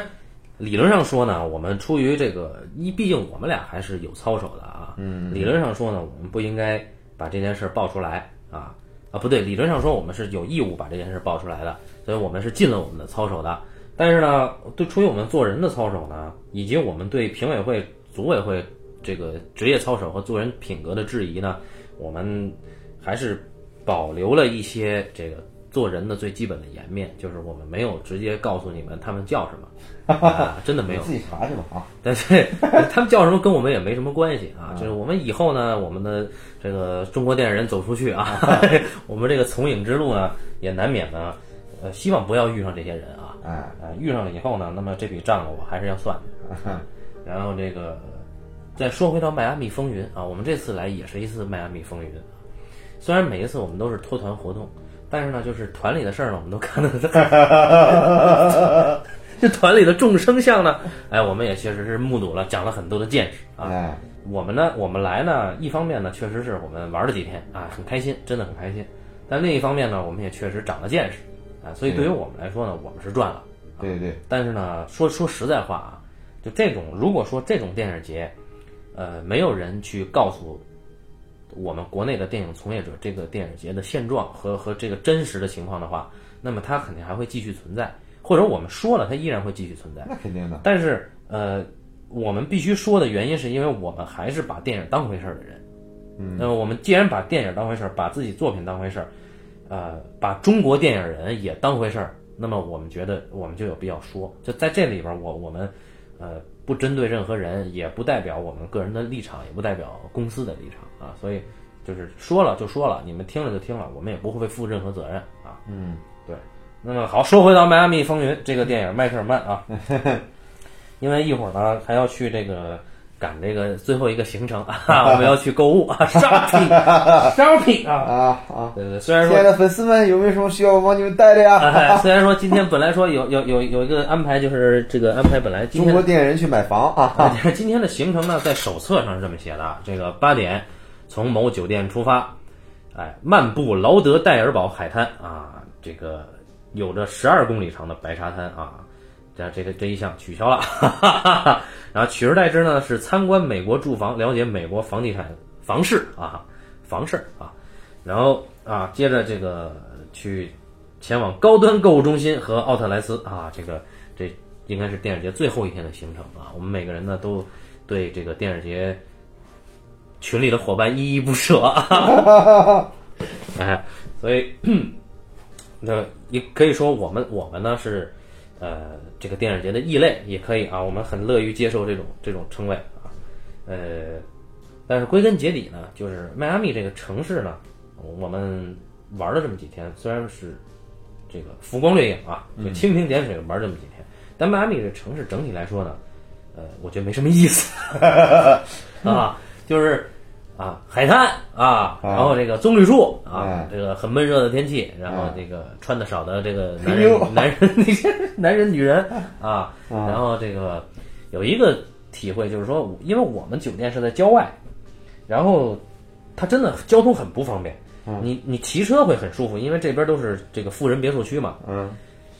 A: 理论上说呢，我们出于这个一，毕竟我们俩还是有操守的啊。嗯，理论上说呢，我们不应该把这件事儿爆出来啊啊，不对，理论上说我们是有义务把这件事爆出来的，所以我们是尽了我们的操守的。但是呢，对出于我们做人的操守呢，以及我们对评委会、组委会这个职业操守和做人品格的质疑呢，我们还是保留了一些这个做人的最基本的颜面，就是我们没有直接告诉你们他们叫什么，啊、真的 没有
B: 你。自己查去吧啊。
A: 但是他们叫什么跟我们也没什么关系啊。就是我们以后呢，我们的这个中国电影人走出去啊，我们这个从影之路呢，也难免呢，呃，希望不要遇上这些人啊。
B: 哎，
A: 呃，遇上了以后呢，那么这笔账呢，我还是要算的。然后这个，再说回到迈阿密风云啊，我们这次来也是一次迈阿密风云。啊虽然每一次我们都是脱团活动，但是呢，就是团里的事儿呢，我们都看得这团里的众生相呢，哎，我们也确实是目睹了，长了很多的见识啊。
B: 哎，
A: 我们呢，我们来呢，一方面呢，确实是我们玩了几天啊，很开心，真的很开心。但另一方面呢，我们也确实长了见识啊，所以对于我们来说呢，我们是赚了。
B: 对对，
A: 但是呢，说说实在话啊，就这种如果说这种电影节，呃，没有人去告诉我们国内的电影从业者这个电影节的现状和和这个真实的情况的话，那么它肯定还会继续存在，或者我们说了，它依然会继续存在。
B: 那肯定的。
A: 但是呃，我们必须说的原因是因为我们还是把电影当回事儿的人。嗯，那么我们既然把电影当回事儿，把自己作品当回事儿，呃，把中国电影人也当回事儿，那么我们觉得我们就有必要说，就在这里边儿我，我们呃不针对任何人，也不代表我们个人的立场，也不代表公司的立场啊，所以就是说了就说了，你们听了就听了，我们也不会负任何责任啊。嗯，对。那么好，说回到《迈阿密风云》这个电影，迈克尔曼啊， 因为一会儿呢还要去这个赶这个最后一个行程 啊，我们要去购物啊，shopping，shopping 啊。
B: 啊啊！
A: 对对，对虽然
B: 亲
A: 说
B: 爱的粉丝们，有没有什么需要我帮你们带的呀？
A: 哎，虽然说今天本来说有有有有一个安排，就是这个安排本来今
B: 中
A: 天
B: 国电影人去买房啊！
A: 哎 今天的行程呢，在手册上是这么写的：这个八点从某酒店出发，哎，漫步劳德代尔堡海滩啊，这个有着十二公里长的白沙滩啊，这这个这一项取消了， 哈哈哈哈然后取而代之呢是参观美国住房，了解美国房地产房市啊，房市啊，然后啊，接着这个去前往高端购物中心和奥特莱斯啊，这个这应该是电影节最后一天的行程啊。我们每个人呢都对这个电影节群里的伙伴依依不舍 啊，哎，所以 那也可以说我们我们呢是呃这个电影节的异类，也可以啊，我们很乐于接受这种这种称谓啊，呃，但是归根结底呢，就是迈阿密这个城市呢，我们玩了这么几天，虽然是这个浮光掠影啊，就蜻蜓点水玩这么几天，但迈阿密这城市整体来说呢，呃，我觉得没什么意思啊，就是啊海滩啊，然后这个棕榈树啊
B: 哎，
A: 这个很闷热的天气，然后
B: 哎
A: 这个穿的少的这个
B: 黑
A: 男人
B: 妞、
A: 男人、那些 男人、女人啊，然后这个有一个体会就是说，因为我们酒店是在郊外，然后它真的交通很不方便。你你骑车会很舒服，因为这边都是这个富人别墅区嘛。
B: 嗯，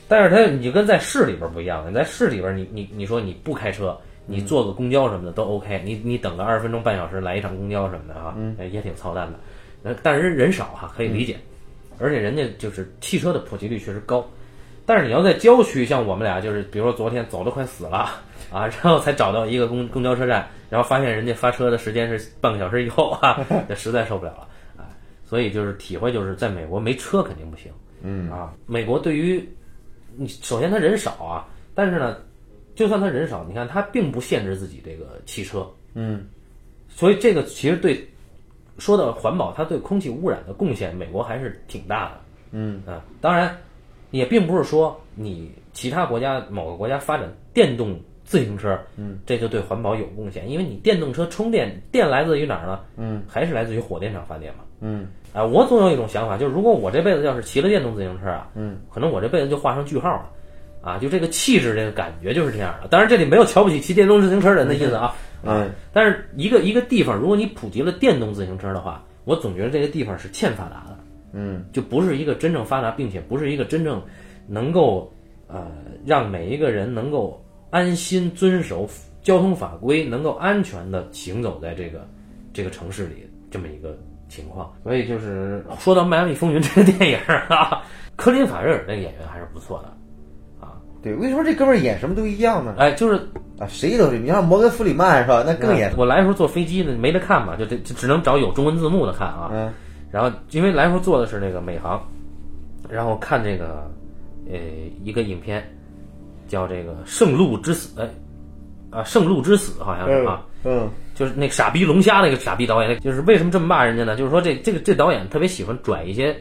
A: 但是它你就跟在市里边不一样，你在市里边你你你说你不开车，你坐个公交什么的都 OK，你你等个二十分钟半小时来一趟公交什么的啊，也挺操蛋的。呃但是人人少哈、可以理解，而且人家就是汽车的普及率确实高，但是你要在郊区，像我们俩就是，比如说昨天走的快死了 啊，然后才找到一个公公交车站，然后发现人家发车的时间是半个小时以后 啊，这实在受不了了啊。所以就是体会就是，在美国没车肯定不行，嗯啊，美国对于你首先他人少啊，但是呢，就算他人少，你看他并不限制自己这个汽车，嗯所以这个其实对说到环保，它对空气污染的贡献，美国还是挺大的。嗯啊，当然也并不是说你其他国家某个国家发展电动自行车，嗯，这就对环保有贡献，因为你电动车充电电来自于哪儿呢？嗯，还是来自于火电厂发电嘛。
B: 嗯，
A: 啊，我总有一种想法，就是如果我这辈子要是骑了电动自行车啊，嗯，可能我这辈子就画上句号了。啊，就这个气质，这个感觉就是这样的。当然，这里没有瞧不起骑电动自行车人的意思啊，
B: 嗯，
A: 但是一个一个地方，如果你普及了电动自行车的话，我总觉得这个地方是欠发达的，
B: 嗯，
A: 就不是一个真正发达，并且不是一个真正能够呃让每一个人能够安心遵守交通法规，能够安全的行走在这个这个城市里这么一个情况。所以哎就是说到《迈阿密风云》这个电影儿 啊，科林·法瑞尔那个演员还是不错的。
B: 对，为什么这哥们儿演什么都一样呢？
A: 哎，就是呃
B: 啊，谁都是，你像摩根·弗里曼是吧？那更演，
A: 我来的时候坐飞机呢，没得看嘛，就这就只能找有中文字幕的看啊。
B: 嗯
A: 然后因为来回坐的是那个美航，然后看这个呃一个影片，叫这个《圣路之死》，哎，啊，《圣路之死》好像是啊，
B: 嗯
A: 就是那个傻逼龙虾那个傻逼导演，那个就是为什么这么骂人家呢？就是说这这个这导演特别喜欢拽一些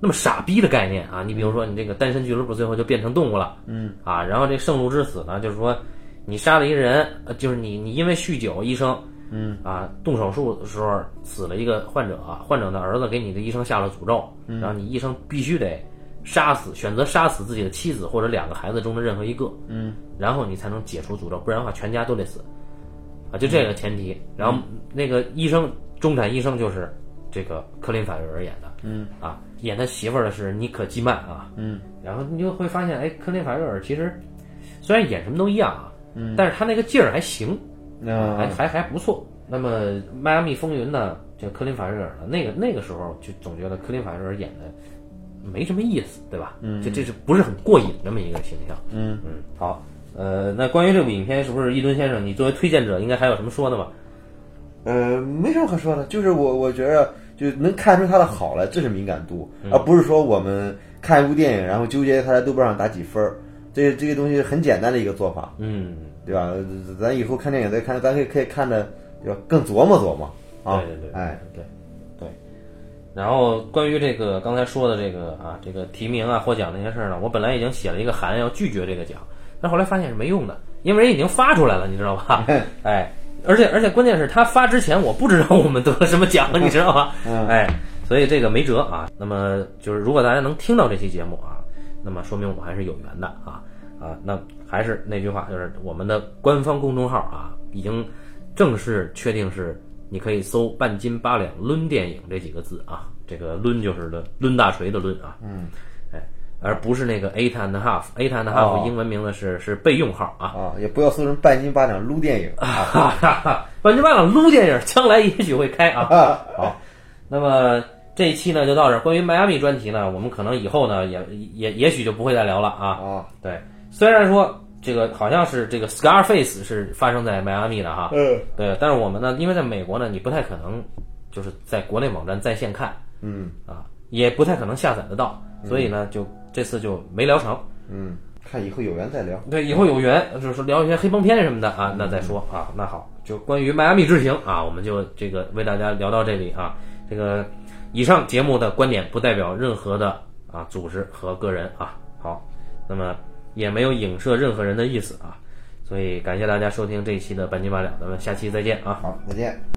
A: 那么傻逼的概念啊，你比如说你这个单身俱乐部最后就变成动物了，嗯啊，然后这圣路之死呢，就是说你杀了一个人，呃就是你你因为酗酒，医生。嗯啊，动手术的时候死了一个患者、啊，患者的儿子给你的医生下了诅咒，然后你医生必须得杀死，选择杀死自己的妻子或者两个孩子中的任何一个，嗯，然后你才能解除诅咒，不然的话全家都得死。啊，就这个前提。然后那个医生，中产医生就是这个科林·法瑞尔演的，嗯，啊，演他媳妇儿的是妮可基曼啊，嗯，然后你就会发现，哎，科林·法瑞尔其实虽然演什么都一样啊，嗯，但是他那个劲儿还行，
B: 嗯
A: 还还还不错。那么《迈阿密风云》呢，这个科林·法瑞尔呢，那个那个时候就总觉得科林·法瑞尔演的没什么意思，对吧？嗯，这这是不是很过瘾这么一个形象？嗯嗯，好，呃，那关于这部影片，是不是一吨先生，你作为推荐者，应该还有什么说的吧？
B: 呃，没什么可说的，就是我我觉着就能看出他的好来，这是敏感度，
A: 嗯
B: 而不是说我们看一部电影，然后纠结他在豆瓣上打几分儿，这这个东西很简单的一个做法，
A: 嗯，
B: 对吧？咱以后看电影再看，咱可以可以看的，对吧？更琢磨琢磨啊，
A: 对对对，
B: 哎，
A: 对对。然后关于这个刚才说的这个啊，这个提名啊、获奖那些事儿呢，我本来已经写了一个函要拒绝这个奖，但后来发现是没用的，因为人已经发出来了，你知道 吧？哎，而且而且关键是他发之前我不知道我们得了什么奖，你知道吧？哎，所以这个没辙啊。那么就是如果大家能听到这期节目啊，那么说明我还是有缘的啊啊。那还是那句话，就是我们的官方公众号啊，已经正式确定是你可以搜“半斤八两抡电影”这几个字啊，这个“抡”就是的抡大锤的“抡”啊，嗯，哎，而不是那个 eight and a half，eight and a half
B: 哦
A: 英文名字是是备用号啊。
B: 啊，也不要搜成半斤八两撸电影，啊
A: 哈哈哈， 半斤八两撸电影，将来也许会开啊。好，那么这一期呢就到这儿。关于迈阿密专题呢，我们可能以后呢也也也许就不会再聊了啊。
B: 啊，
A: 对，虽然说这个好像是这个 Scarface 是发生在迈阿密的哈，
B: 嗯，
A: 对，但是我们呢，因为在美国呢，你不太可能就是在国内网站在线看，
B: 嗯
A: 啊，也不太可能下载得到，所以呢，就这次就没聊成。
B: 嗯，看以后有缘再聊，
A: 对，以后有缘，就是说聊一些黑帮片什么的啊，那再说啊。那好，就关于迈阿密之行啊，我们就这个为大家聊到这里啊。这个以上节目的观点不代表任何的啊组织和个人啊。好，那么也没有影射任何人的意思啊。所以感谢大家收听这一期的半斤八两，咱们下期再见啊。
B: 好，再见。